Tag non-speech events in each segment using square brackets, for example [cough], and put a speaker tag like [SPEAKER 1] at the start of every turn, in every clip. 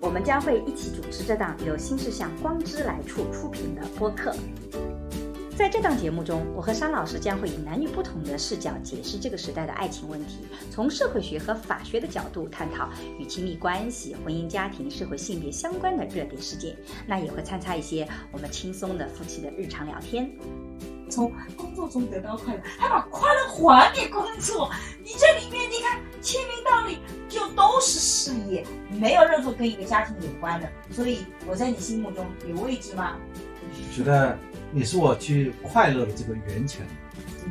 [SPEAKER 1] 我们将会一起主持这档由新事项光之来处出品的播客。在这档节目中，我和沙老师将会以男女不同的视角解释这个时代的爱情问题，从社会学和法学的角度探讨与亲密关系、婚姻家庭、社会性别相关的热点事件。那也会参差一些我们轻松的夫妻的日常聊天。
[SPEAKER 2] 从工作中得到快乐，还把快乐还给工作。你这里面你看，亲民道理就都是事业，没有任何跟一个家庭有关的。所以我在你心目中有位置吗？
[SPEAKER 3] 觉得你是我去快乐的这个源泉。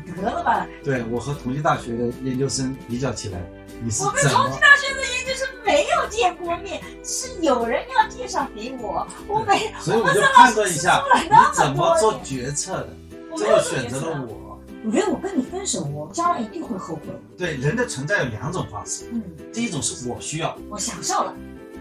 [SPEAKER 2] 你得了吧！
[SPEAKER 3] 对我和同济大学的研究生比较起来，你是
[SPEAKER 2] 我们
[SPEAKER 3] 怎
[SPEAKER 2] 同
[SPEAKER 3] 么
[SPEAKER 2] 济？大学的研究生没有见过面，是有人要介绍给我，我没，
[SPEAKER 3] 所以
[SPEAKER 2] 我
[SPEAKER 3] 我
[SPEAKER 2] 们
[SPEAKER 3] 就
[SPEAKER 2] 张老
[SPEAKER 3] 判
[SPEAKER 2] 师
[SPEAKER 3] 断一下
[SPEAKER 2] 出来
[SPEAKER 3] 你
[SPEAKER 2] 那
[SPEAKER 3] 怎么
[SPEAKER 2] 么多
[SPEAKER 3] 做
[SPEAKER 2] 年，
[SPEAKER 3] 决策的，
[SPEAKER 2] 我没
[SPEAKER 3] 最
[SPEAKER 2] 有
[SPEAKER 3] 后
[SPEAKER 2] 做
[SPEAKER 3] 选择
[SPEAKER 2] 决策
[SPEAKER 3] 了
[SPEAKER 2] 啊。
[SPEAKER 3] 我。
[SPEAKER 2] 我觉得我跟你分手，我将来一定会后悔。
[SPEAKER 3] 对人的存在有两种方式，
[SPEAKER 2] 嗯，
[SPEAKER 3] 第一种是我需要，
[SPEAKER 2] 我享受了，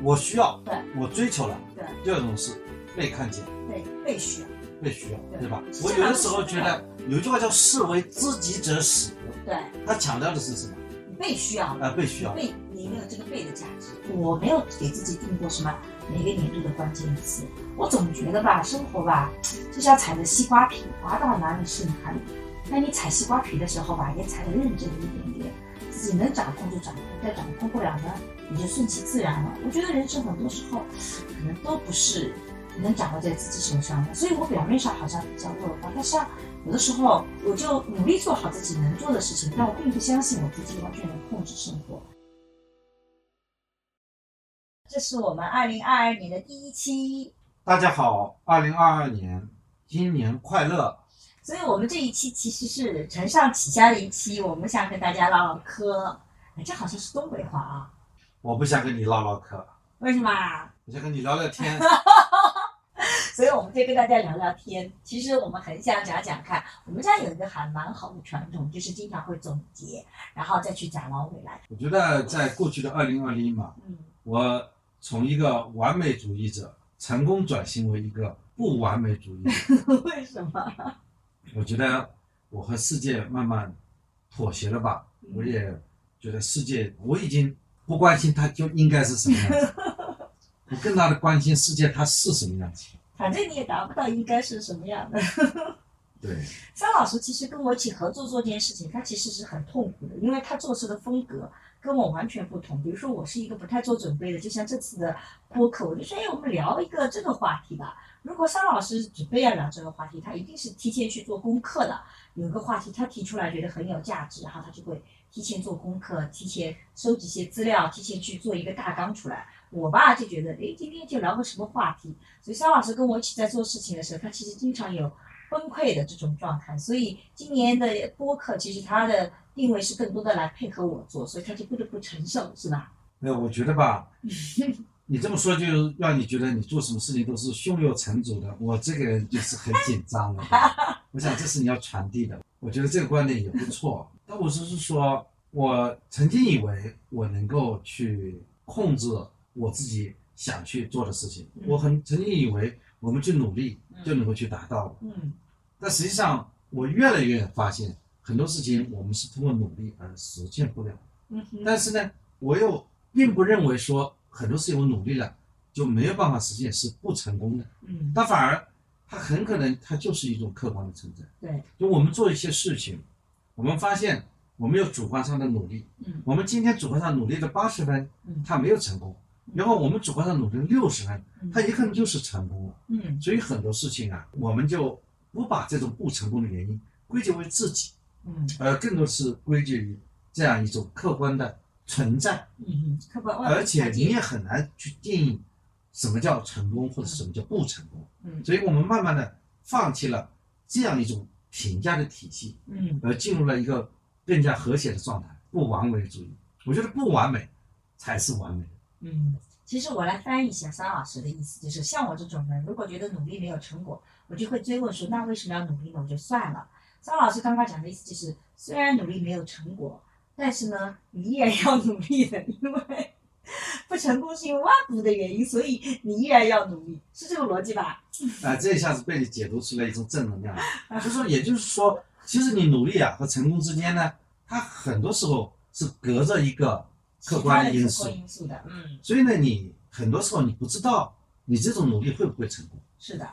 [SPEAKER 3] 我需要，
[SPEAKER 2] 对，
[SPEAKER 3] 我追求了；
[SPEAKER 2] 对
[SPEAKER 3] 第二种是被看见、
[SPEAKER 2] 对，被需要。
[SPEAKER 3] 被需要，啊
[SPEAKER 2] 对
[SPEAKER 3] 对吧？
[SPEAKER 2] 是
[SPEAKER 3] 我
[SPEAKER 2] 这
[SPEAKER 3] 有
[SPEAKER 2] 样
[SPEAKER 3] 的
[SPEAKER 2] 的
[SPEAKER 3] 时候觉得有一句话叫“士为知己者死
[SPEAKER 2] 对，”，
[SPEAKER 3] 它强调的是什么？
[SPEAKER 2] 你嗯被需要了，
[SPEAKER 3] 啊，被需要。
[SPEAKER 2] 被你没有这个被的价值。我没有给自己定过什么每个年度的关键词，我总觉得吧，生活吧，就像采着西瓜皮，滑到哪里是哪里。那你采西瓜皮的时候吧，也采得认真一点点，自己能掌控就掌控，再掌控不了呢，你就顺其自然了。我觉得人生很多时候可能都不是能掌握在自己手上的，所以我表面上好像比较乐观，但是啊，有的时候我就努力做好自己能做的事情，但我并不相信我自己完全能控制生活。这是我们二零二二年的第一期，
[SPEAKER 3] 大家好，二零二二年，新年快乐！
[SPEAKER 2] 所以我们这一期其实是承上启下的一期，我们想跟大家唠唠嗑。哎这好像是东北话啊？
[SPEAKER 3] 我不想跟你唠唠嗑，
[SPEAKER 2] 为什么啊？
[SPEAKER 3] 我想跟你聊聊天。
[SPEAKER 2] 所以我们就跟大家聊聊天。其实我们很想讲讲看，我们家有一个还蛮好的传统，就是经常会总结，然后再去展望未来。
[SPEAKER 3] 我觉得在过去的二零二零嘛，
[SPEAKER 2] 嗯， [laughs]
[SPEAKER 3] 我从一个完美主义者成功转型为一个不完美主义者。
[SPEAKER 2] 为什么？
[SPEAKER 3] 我觉得我和世界慢慢妥协了吧，
[SPEAKER 2] 嗯
[SPEAKER 3] 我也觉得世界我已经不关心它就应该是什么样子，我更大的关心世界它是什么样子。
[SPEAKER 2] 反正你也达不到应该是什么样的。
[SPEAKER 3] 对，
[SPEAKER 2] 张老师其实跟我一起合作做这件事情，他其实是很痛苦的，因为他做事的风格跟我完全不同。比如说，我是一个不太做准备的，就像这次的播客，我就说，哎，我们聊一个这个话题吧。如果张老师准备要聊这个话题，他一定是提前去做功课的。有一个话题他提出来觉得很有价值，然后他就会提前做功课，提前收集一些资料，提前去做一个大纲出来。我吧就觉得，哎，今天就聊个什么话题。所以张老师跟我一起在做事情的时候，他其实经常有崩溃的这种状态。所以今年的播客其实它的定位是更多的来配合我做，所以他就不得不承受，是吧？
[SPEAKER 3] 那我觉得吧，你这么说就让你觉得你做什么事情都是胸有成竹的。我这个人就是很紧张的，我想这是你要传递的。我觉得这个观点也不错，但我只是说，我曾经以为我能够去控制我自己想去做的事情，
[SPEAKER 2] 嗯
[SPEAKER 3] 我很曾经以为我们去努力就能够去达到。
[SPEAKER 2] 嗯，
[SPEAKER 3] 但实际上，我越来越发现，很多事情我们是通过努力而实现不了。
[SPEAKER 2] 嗯哼
[SPEAKER 3] 但是呢，我又并不认为说很多事情我努力了就没有办法实现是不成功的，
[SPEAKER 2] 嗯，
[SPEAKER 3] 它反而它很可能它就是一种客观的存在。
[SPEAKER 2] 对，
[SPEAKER 3] 就我们做一些事情，我们发现我们有主观上的努力，
[SPEAKER 2] 嗯
[SPEAKER 3] 我们今天主观上努力了八十分
[SPEAKER 2] 嗯，
[SPEAKER 3] 它没有成功，
[SPEAKER 2] 嗯
[SPEAKER 3] 然后我们主观上努力了六十分，
[SPEAKER 2] 嗯
[SPEAKER 3] 它也可能就是成功了。
[SPEAKER 2] 嗯
[SPEAKER 3] 所以很多事情啊，我们就不把这种不成功的原因归结为自己，
[SPEAKER 2] 嗯
[SPEAKER 3] 而更多是归结于这样一种客观的存在。
[SPEAKER 2] 嗯，客观
[SPEAKER 3] 而且你也很难去定义什么叫成功或者什么叫不成功。
[SPEAKER 2] 嗯
[SPEAKER 3] 所以我们慢慢的放弃了这样一种评价的体系，
[SPEAKER 2] 嗯
[SPEAKER 3] 而进入了一个更加和谐的状态，不完美主义。我觉得不完美才是完美。
[SPEAKER 2] 嗯，其实我来翻译一下桑老师的意思，就是像我这种人，如果觉得努力没有成果，我就会追问说，那为什么要努力呢？我就算了。张老师刚刚讲的意思就是，虽然努力没有成果，但是呢，你依然要努力的，因为 [laughs] 不成功是因为挖苦的原因，所以你依然要努力，是这个逻辑吧？
[SPEAKER 3] 啊，这一下子被你解读出来一种正
[SPEAKER 2] [laughs]
[SPEAKER 3] 能量了。就说，也就是说，其实你努力啊和成功之间呢，它很多时候是隔着一个客观的因
[SPEAKER 2] 其他
[SPEAKER 3] 素
[SPEAKER 2] 的客观，因素的，嗯，
[SPEAKER 3] 所以呢，你很多时候你不知道你这种努力会不会成功，
[SPEAKER 2] 是的，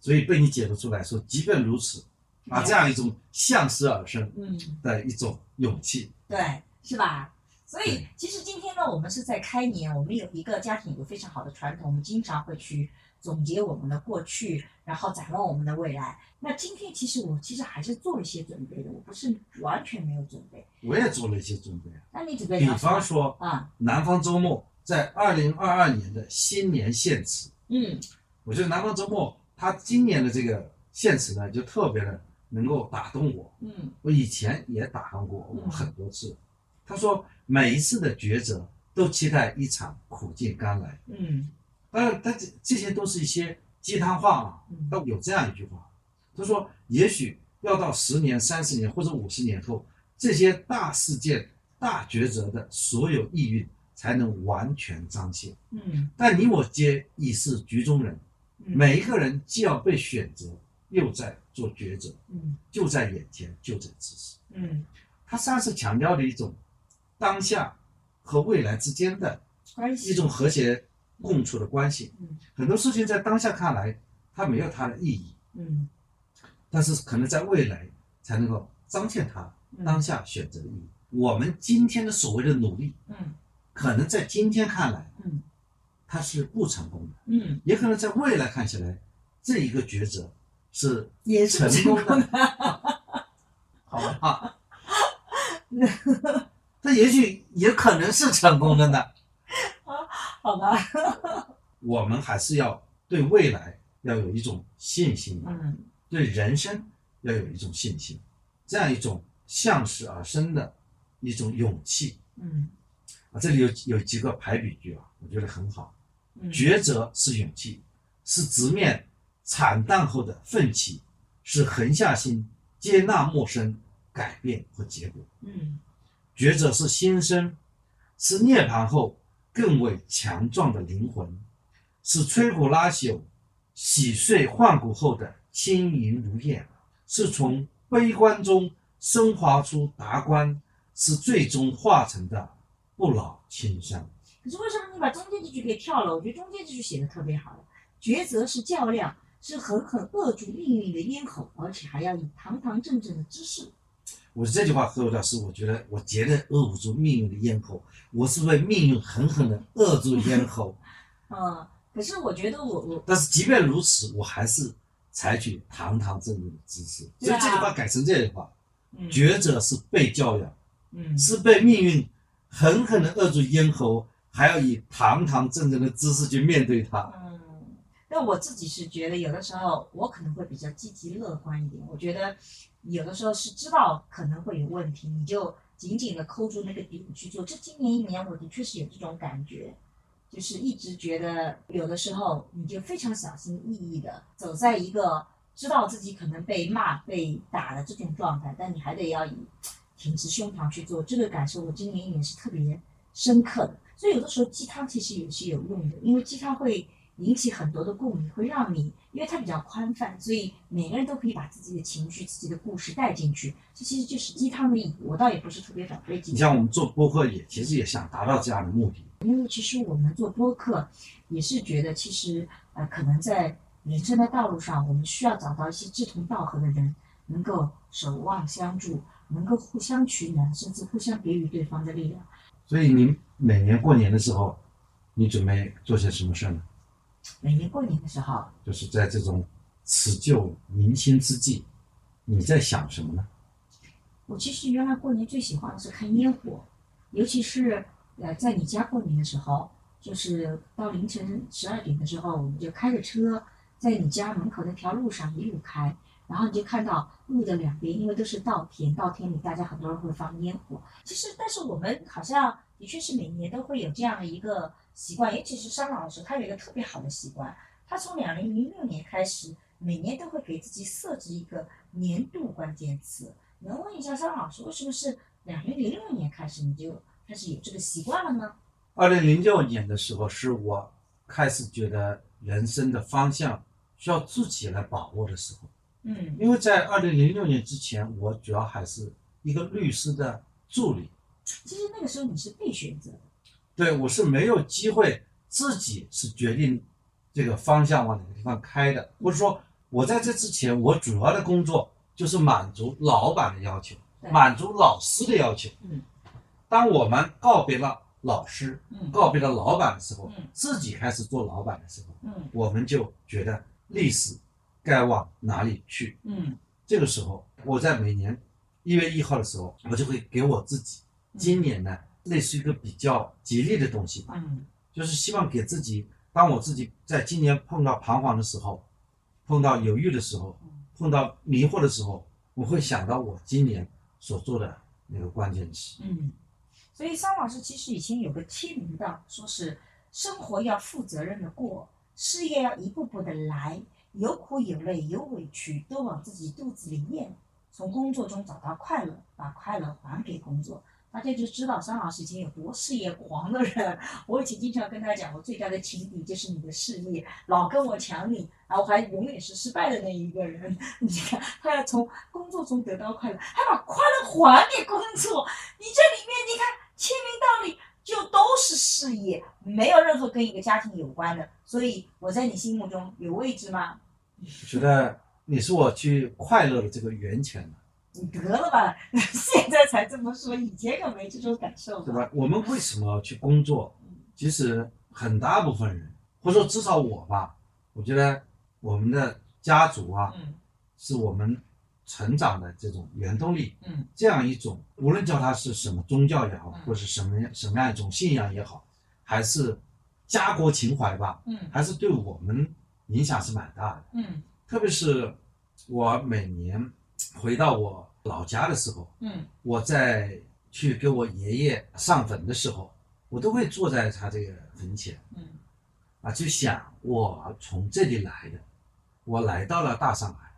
[SPEAKER 3] 所以被你解读出来说，即便如此，啊，这样一种向死而生
[SPEAKER 2] 嗯。
[SPEAKER 3] 的一种勇气，
[SPEAKER 2] 对，是吧？所以
[SPEAKER 3] 对
[SPEAKER 2] 其实今天呢，我们是在开年，我们有一个家庭有个非常好的传统，我们经常会去总结我们的过去，然后展望我们的未来。那今天其实我其实还是做了一些准备的，我不是完全没有准备。
[SPEAKER 3] 我也做了一些准备啊，
[SPEAKER 2] 那你准备
[SPEAKER 3] 比
[SPEAKER 2] 聊什么
[SPEAKER 3] 方说
[SPEAKER 2] 啊，
[SPEAKER 3] 南方周末在二零二二年的新年献词。
[SPEAKER 2] 嗯，
[SPEAKER 3] 我觉得南方周末他今年的这个现实呢，就特别的能够打动我。
[SPEAKER 2] 嗯
[SPEAKER 3] 我以前也打动过
[SPEAKER 2] 嗯
[SPEAKER 3] 我很多次。他说每一次的抉择都期待一场苦尽甘来。
[SPEAKER 2] 嗯
[SPEAKER 3] 当然，他这这些都是一些鸡汤话啊。
[SPEAKER 2] 嗯
[SPEAKER 3] 但有这样一句话，他说也许要到十年、三十年或者五十年后，这些大事件、大抉择的所有意蕴才能完全彰显。
[SPEAKER 2] 嗯
[SPEAKER 3] 但你我皆已是局中人。
[SPEAKER 2] 嗯，
[SPEAKER 3] 每一个人既要被选择，又在做抉择，
[SPEAKER 2] 嗯
[SPEAKER 3] 就在眼前，就在咫尺。
[SPEAKER 2] 嗯，
[SPEAKER 3] 它实际上是强调的一种当下和未来之间的
[SPEAKER 2] 关
[SPEAKER 3] 一
[SPEAKER 2] 系
[SPEAKER 3] 种和谐共处的关系。
[SPEAKER 2] 嗯
[SPEAKER 3] 很多事情在当下看来，它没有它的意义，
[SPEAKER 2] 嗯
[SPEAKER 3] 但是可能在未来才能够彰显它
[SPEAKER 2] 嗯
[SPEAKER 3] 当下选择的意义。我们今天的所谓的努力，
[SPEAKER 2] 嗯
[SPEAKER 3] 可能在今天看来
[SPEAKER 2] 嗯
[SPEAKER 3] 它是不成功的，
[SPEAKER 2] 嗯，
[SPEAKER 3] 也可能在未来看起来，这一个抉择是
[SPEAKER 2] 也是
[SPEAKER 3] 成
[SPEAKER 2] 成
[SPEAKER 3] 功
[SPEAKER 2] 功
[SPEAKER 3] 的，好吧？他也许也可能是成功的呢。
[SPEAKER 2] 好吧？
[SPEAKER 3] 我们还是要对未来要有一种信心，
[SPEAKER 2] 嗯
[SPEAKER 3] 对人生要有一种信心，这样一种向死而生的一种勇气
[SPEAKER 2] 嗯
[SPEAKER 3] 啊。这里有有几个排比句啊，我觉得很好。
[SPEAKER 2] 嗯，
[SPEAKER 3] 抉择是勇气，是直面惨淡后的奋起，是狠下心接纳陌生、改变和结果。
[SPEAKER 2] 嗯
[SPEAKER 3] 抉择是新生，是涅槃后更为强壮的灵魂，是摧枯拉朽、洗碎换骨后的轻盈如燕，是从悲观中升华出达观，是最终化成的不老青山。
[SPEAKER 2] 可是为什么你把中间这句给跳了？我觉得中间这句写的特别好了，抉择是较量，是狠狠扼住命运的咽喉，而且还要以堂堂正正的知识。
[SPEAKER 3] 我这句话和我老师，我觉得我绝对扼不住命运的咽喉，我是被命运狠狠地扼住咽喉。
[SPEAKER 2] 嗯，可是我觉得我我
[SPEAKER 3] 但是即便如此，我还是采取堂堂正正的姿势。所
[SPEAKER 2] 对
[SPEAKER 3] 以
[SPEAKER 2] 啊
[SPEAKER 3] 这句话改成这句话：
[SPEAKER 2] 嗯
[SPEAKER 3] 抉择是被教养，
[SPEAKER 2] 嗯
[SPEAKER 3] 是被命运狠狠地扼住咽喉，还要以堂堂正正的姿势去面对它。
[SPEAKER 2] 嗯，那我自己是觉得有的时候我可能会比较积极乐观一点。我觉得有的时候是知道可能会有问题，你就紧紧的抠住那个点去做。这今年一年，我的确是有这种感觉，就是一直觉得有的时候你就非常小心翼翼的走在一个知道自己可能被骂、被打的这种状态，但你还得要以挺直胸膛去做。这个感受我今年一年是特别深刻的。所以有的时候鸡汤其实也是有用的，因为鸡汤会引起很多的共鸣，会让你，因为它比较宽泛，所以每个人都可以把自己的情绪、自己的故事带进去。这其实就是鸡汤的意义。我倒也不是特别反对鸡
[SPEAKER 3] 你
[SPEAKER 2] 汤。
[SPEAKER 3] 像我们做播客也，其实也想达到这样的目的。
[SPEAKER 2] 因为其实我们做播客，也是觉得其实呃，可能在人生的道路上，我们需要找到一些志同道合的人，能够守望相助，能够互相取暖，甚至互相给予对方的力量。
[SPEAKER 3] 所以您每年过年的时候，你准备做些什么事儿呢？
[SPEAKER 2] 每年过年的时候，
[SPEAKER 3] 就是在这种辞旧迎新之际，你在想什么呢？
[SPEAKER 2] 我其实原来过年最喜欢的是看烟火，尤其是呃在你家过年的时候，就是到凌晨十二点的时候，我们就开着车在你家门口那条路上一路开，然后你就看到路的两边，因为都是稻田，稻田里大家很多人会放烟火。其实，但是我们好像的确是每年都会有这样的一个习惯，尤其是商老师，他有一个特别好的习惯，他从两零零六年开始每年都会给自己设置一个年度关键词。能问一下张老师，为什么是两零零六年开始你就开始有这个习惯了呢？
[SPEAKER 3] 二零零六年的时候，是我开始觉得人生的方向需要自己来把握的时候。
[SPEAKER 2] 嗯
[SPEAKER 3] 因为在二零零六年之前，我主要还是一个律师的助理，
[SPEAKER 2] 其实那个时候你是被选择的，
[SPEAKER 3] 对我是没有机会自己是决定这个方向往哪个地方开的。或者说，我在这之前，我主要的工作就是满足老板的要求，
[SPEAKER 2] 对
[SPEAKER 3] 满足老师的要求。
[SPEAKER 2] 嗯
[SPEAKER 3] 当我们告别了老师，
[SPEAKER 2] 嗯
[SPEAKER 3] 告别了老板的时候
[SPEAKER 2] 嗯，
[SPEAKER 3] 自己开始做老板的时候，
[SPEAKER 2] 嗯
[SPEAKER 3] 我们就觉得历史该往哪里去。
[SPEAKER 2] 嗯
[SPEAKER 3] 这个时候，我在每年一月一号的时候，我就会给我自己今年呢，类似于一个比较吉利的东西吧，
[SPEAKER 2] 嗯
[SPEAKER 3] 就是希望给自己，当我自己在今年碰到彷徨的时候，碰到犹豫的时候，碰到迷惑的时候，我会想到我今年所做的那个关键词。
[SPEAKER 2] 嗯。所以桑老师其实以前有个贴名的，说是生活要负责任的过，事业要一步步的来，有苦有累有委屈都往自己肚子里咽，从工作中找到快乐，把快乐还给工作。大家就知道桑老师以前有多事业狂的人。我以前经常跟他讲，我最大的情敌就是你的事业，老跟我抢你，啊，我还永远是失败的那一个人。 [laughs] 你看，他要从工作中得到快乐，还把快乐还给工作。你这里面，你看亲民道理就都是事业，没有任何跟一个家庭有关的。所以我在你心目中有位置吗？
[SPEAKER 3] 我觉得你是我去快乐的这个源泉嘛
[SPEAKER 2] 你得了吧， [laughs] 现在才这么说，以前可没这种感受
[SPEAKER 3] 对
[SPEAKER 2] 呢。
[SPEAKER 3] 吧？我们为什么去工作？其实很大部分人，或者说至少我吧，我觉得我们的家族啊，
[SPEAKER 2] 嗯
[SPEAKER 3] 是我们成长的这种原动力。
[SPEAKER 2] 嗯，
[SPEAKER 3] 这样一种，无论叫它是什么宗教也好，
[SPEAKER 2] 嗯
[SPEAKER 3] 或是什么样什么样一种信仰也好，还是家国情怀吧，
[SPEAKER 2] 嗯
[SPEAKER 3] 还是对我们影响是蛮大的。
[SPEAKER 2] 嗯
[SPEAKER 3] 特别是我每年回到我老家的时候，
[SPEAKER 2] 嗯
[SPEAKER 3] 我在去给我爷爷上坟的时候，我都会坐在他这个坟前
[SPEAKER 2] 嗯
[SPEAKER 3] 啊，就想我从这里来的，我来到了大上海，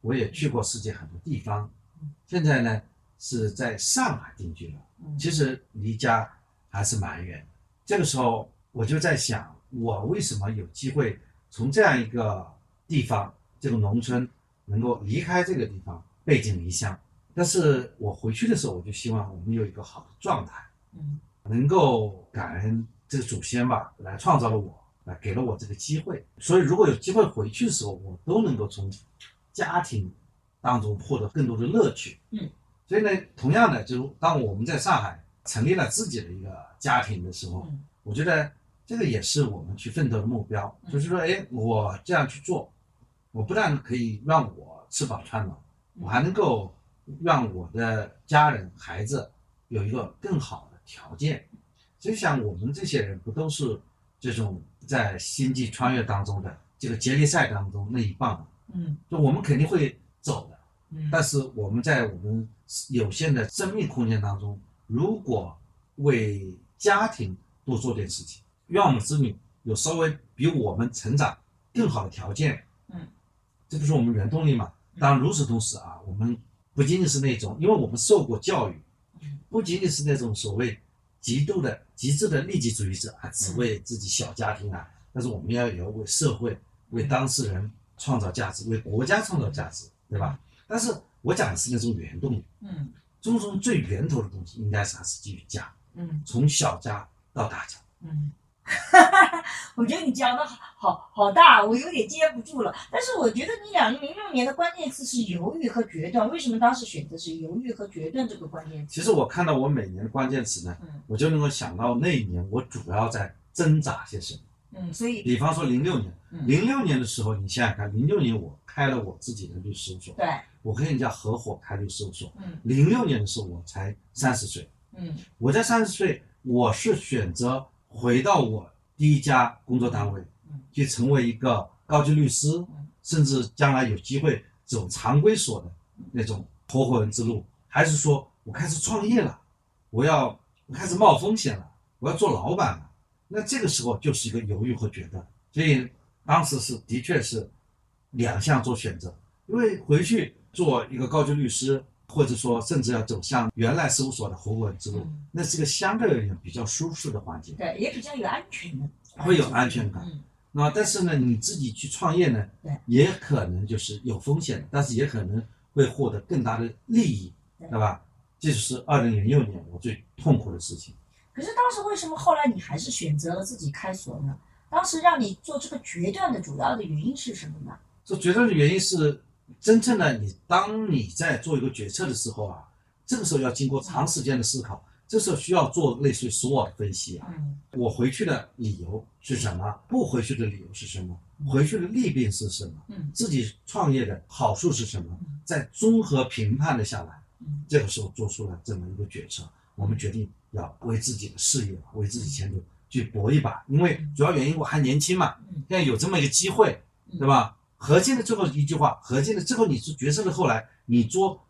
[SPEAKER 3] 我也去过世界很多地方
[SPEAKER 2] 嗯，
[SPEAKER 3] 现在呢是在上海定居了，
[SPEAKER 2] 嗯，
[SPEAKER 3] 其实离家还是蛮远的。这个时候我就在想，我为什么有机会从这样一个地方，这个农村，能够离开这个地方，背井离乡？但是我回去的时候，我就希望我们有一个好的状态，
[SPEAKER 2] 嗯
[SPEAKER 3] 能够感恩这个祖先吧，来创造了我，来给了我这个机会。所以如果有机会回去的时候，我都能够从家庭当中获得更多的乐趣。
[SPEAKER 2] 嗯，
[SPEAKER 3] 所以呢，同样的，就是当我们在上海成立了自己的一个家庭的时候，
[SPEAKER 2] 嗯
[SPEAKER 3] 我觉得这个也是我们去奋斗的目标，
[SPEAKER 2] 嗯
[SPEAKER 3] 就是说，哎，我这样去做，我不但可以让我吃饱穿暖，我还能够让我的家人、孩子有一个更好的条件。所以想，我们这些人不都是这种在星际穿越当中的这个接力赛当中那一棒吗？
[SPEAKER 2] 嗯
[SPEAKER 3] 就我们肯定会走的，
[SPEAKER 2] 嗯，
[SPEAKER 3] 但是我们在我们有限的生命空间当中，如果为家庭多做点事情，让我们子女有稍微比我们成长更好的条件，
[SPEAKER 2] 嗯，
[SPEAKER 3] 这不是我们原动力嘛？
[SPEAKER 2] 嗯
[SPEAKER 3] 当然，如此同时啊，我们不仅仅是那种，因为我们受过教育
[SPEAKER 2] 嗯，
[SPEAKER 3] 不仅仅是那种所谓极度的极致的利己主义者啊，只为自己小家庭
[SPEAKER 2] 嗯
[SPEAKER 3] 啊，但是我们要也要为社会、为当事人创造价值，为国家创造价值，对吧？但是我讲的是那种原动力，
[SPEAKER 2] 嗯
[SPEAKER 3] 中从最源头的东西应该是还是基于家，
[SPEAKER 2] 嗯
[SPEAKER 3] 从小家到大家。
[SPEAKER 2] 嗯， [laughs] 我觉得你讲的好好大，我有点接不住了。但是我觉得你两零零六年的关键词是犹豫和决断，为什么当时选择是犹豫和决断这个关键词？
[SPEAKER 3] 其实我看到我每年的关键词呢，
[SPEAKER 2] 嗯
[SPEAKER 3] 我就能够想到那一年我主要在挣扎些什么。
[SPEAKER 2] 嗯，所以
[SPEAKER 3] 比方说零六年，
[SPEAKER 2] 嗯
[SPEAKER 3] 零六年的时候，你想想看，零六年我开了我自己的律师事务所，
[SPEAKER 2] 对，
[SPEAKER 3] 我跟人家合伙开律师事务所。
[SPEAKER 2] 嗯
[SPEAKER 3] 零六年的时候我才三十岁，
[SPEAKER 2] 嗯
[SPEAKER 3] 我在三十岁，我是选择回到我第一家工作单位
[SPEAKER 2] 嗯，
[SPEAKER 3] 去成为一个高级律师
[SPEAKER 2] 嗯，
[SPEAKER 3] 甚至将来有机会走常规所的那种合伙人之路，还是说我开始创业了，我要我开始冒风险了，我要做老板了？那这个时候就是一个犹豫和决断，所以当时是的确是两项做选择，因为回去做一个高级律师，或者说甚至要走向原来事务所的合伙人之路
[SPEAKER 2] 嗯，
[SPEAKER 3] 那是个相对而言比较舒适的环境，
[SPEAKER 2] 对，也比较有安全感，
[SPEAKER 3] 会有安全感。
[SPEAKER 2] 嗯，
[SPEAKER 3] 那但是呢，你自己去创业呢
[SPEAKER 2] 对，
[SPEAKER 3] 也可能就是有风险的，但是也可能会获得更大的利益，
[SPEAKER 2] 对
[SPEAKER 3] 对吧？这就是二零零六年我最痛苦的事情。
[SPEAKER 2] 可是当时为什么后来你还是选择了自己开锁呢？当时让你做这个决断的主要的原因是什么呢？
[SPEAKER 3] 这决断的原因是，真正的你，当你在做一个决策的时候啊，这个时候要经过长时间的思考，这时候需要做类似于 SWOT 分析啊。
[SPEAKER 2] 嗯
[SPEAKER 3] 我回去的理由是什么？不回去的理由是什么？回去的利弊是什么？
[SPEAKER 2] 嗯
[SPEAKER 3] 自己创业的好处是什么
[SPEAKER 2] 嗯？
[SPEAKER 3] 再综合评判了下来，
[SPEAKER 2] 嗯
[SPEAKER 3] 这个时候做出了这么一个决策，我们决定要为自己的事业、为自己前途去搏一把，因为主要原因我还年轻嘛，
[SPEAKER 2] 嗯
[SPEAKER 3] 现在有这么一个机会，
[SPEAKER 2] 嗯
[SPEAKER 3] 对吧？核心的最后一句话，核心的最后你是决策的后来，你做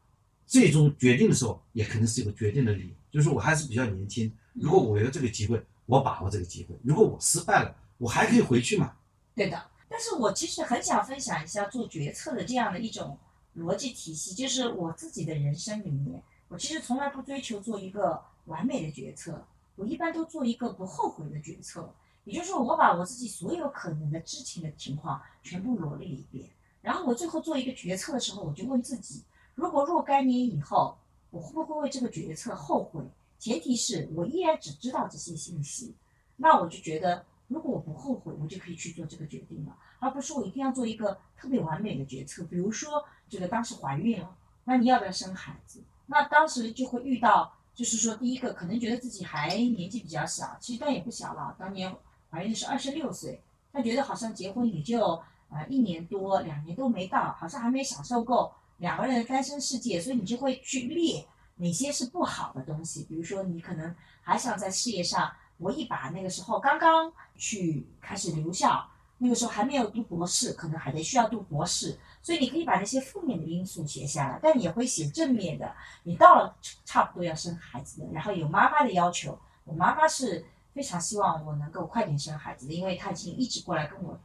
[SPEAKER 3] 最终决定的时候，也可能是一个决定的理由，就是我还是比较年轻，
[SPEAKER 2] 嗯
[SPEAKER 3] 如果我有这个机会，我把握这个机会；如果我失败了，我还可以回去嘛。
[SPEAKER 2] 对的，但是我其实很想分享一下做决策的这样的一种逻辑体系，就是我自己的人生里面，我其实从来不追求做一个完美的决策，我一般都做一个不后悔的决策，也就是我把我自己所有可能的知情的情况全部罗列一遍，然后我最后做一个决策的时候，我就问自己，如果若干年以后，我会不会为这个决策后悔？前提是我依然只知道这些信息，那我就觉得，如果我不后悔，我就可以去做这个决定了，而不是我一定要做一个特别完美的决策。比如说，这个当时怀孕了，那你要不要生孩子？那当时就会遇到，就是说，第一个可能觉得自己还年纪比较小，其实但也不小了，当年怀孕的是二十六岁，他觉得好像结婚也就呃一年多、两年都没到，好像还没享受够两个人的单身世界，所以你就会去列哪些是不好的东西，比如说你可能还想在事业上搏一把，那个时候刚刚去开始留校，那个时候还没有读博士，可能还得需要读博士，所以你可以把那些负面的因素写下来，但你也会写正面的。你到了差不多要生孩子的，然后有妈妈的要求，我妈妈是非常希望我能够快点生孩子的，因为她已经一直过来跟我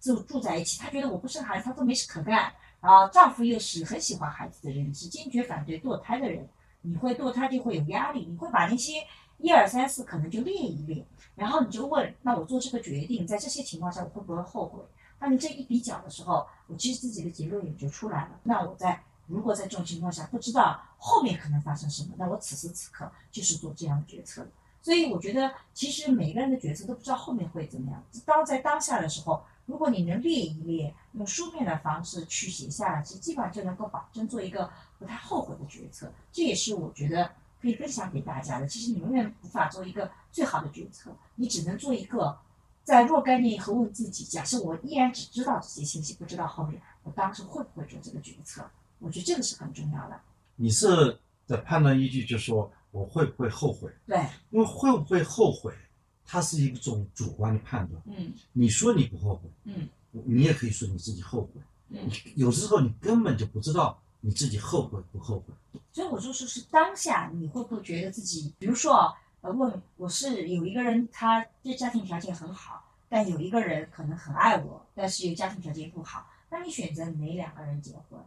[SPEAKER 2] 就住在一起，她觉得我不生孩子她都没事可干。然后丈夫又是很喜欢孩子的人，是坚决反对堕胎的人。你会堕胎就会有压力，你会把那些一二三四可能就列一列，然后你就问，那我做这个决定，在这些情况下我会不会后悔？当你这一比较的时候，我其实自己的结论也就出来了。那我在如果在这种情况下不知道后面可能发生什么，那我此时此刻就是做这样的决策的。所以我觉得，其实每个人的决策都不知道后面会怎么样。当在当下的时候，如果你能列一列，用书面的方式去写下来，其实基本上就能够保证做一个不太后悔的决策。这也是我觉得可以分享给大家的。其实你永远无法做一个最好的决策，你只能做一个在若干年以后问自己：假设我依然只知道这些信息，不知道后面，我当时会不会做这个决策？我觉得这个是很重要的。
[SPEAKER 3] 你是的判断依据就是说我会不会后悔？
[SPEAKER 2] 对，
[SPEAKER 3] 因为会不会后悔，它是一种主观的判断。
[SPEAKER 2] 嗯
[SPEAKER 3] 你说你不后悔，
[SPEAKER 2] 嗯
[SPEAKER 3] 你也可以说你自己后悔。
[SPEAKER 2] 嗯。
[SPEAKER 3] 有时候你根本就不知道你自己后悔不后悔。
[SPEAKER 2] 所以我说是是当下你会不会觉得自己，比如说啊，呃，问我是有一个人，他对家庭条件很好，但有一个人可能很爱我，但是有家庭条件不好，那你选择哪两个人结婚？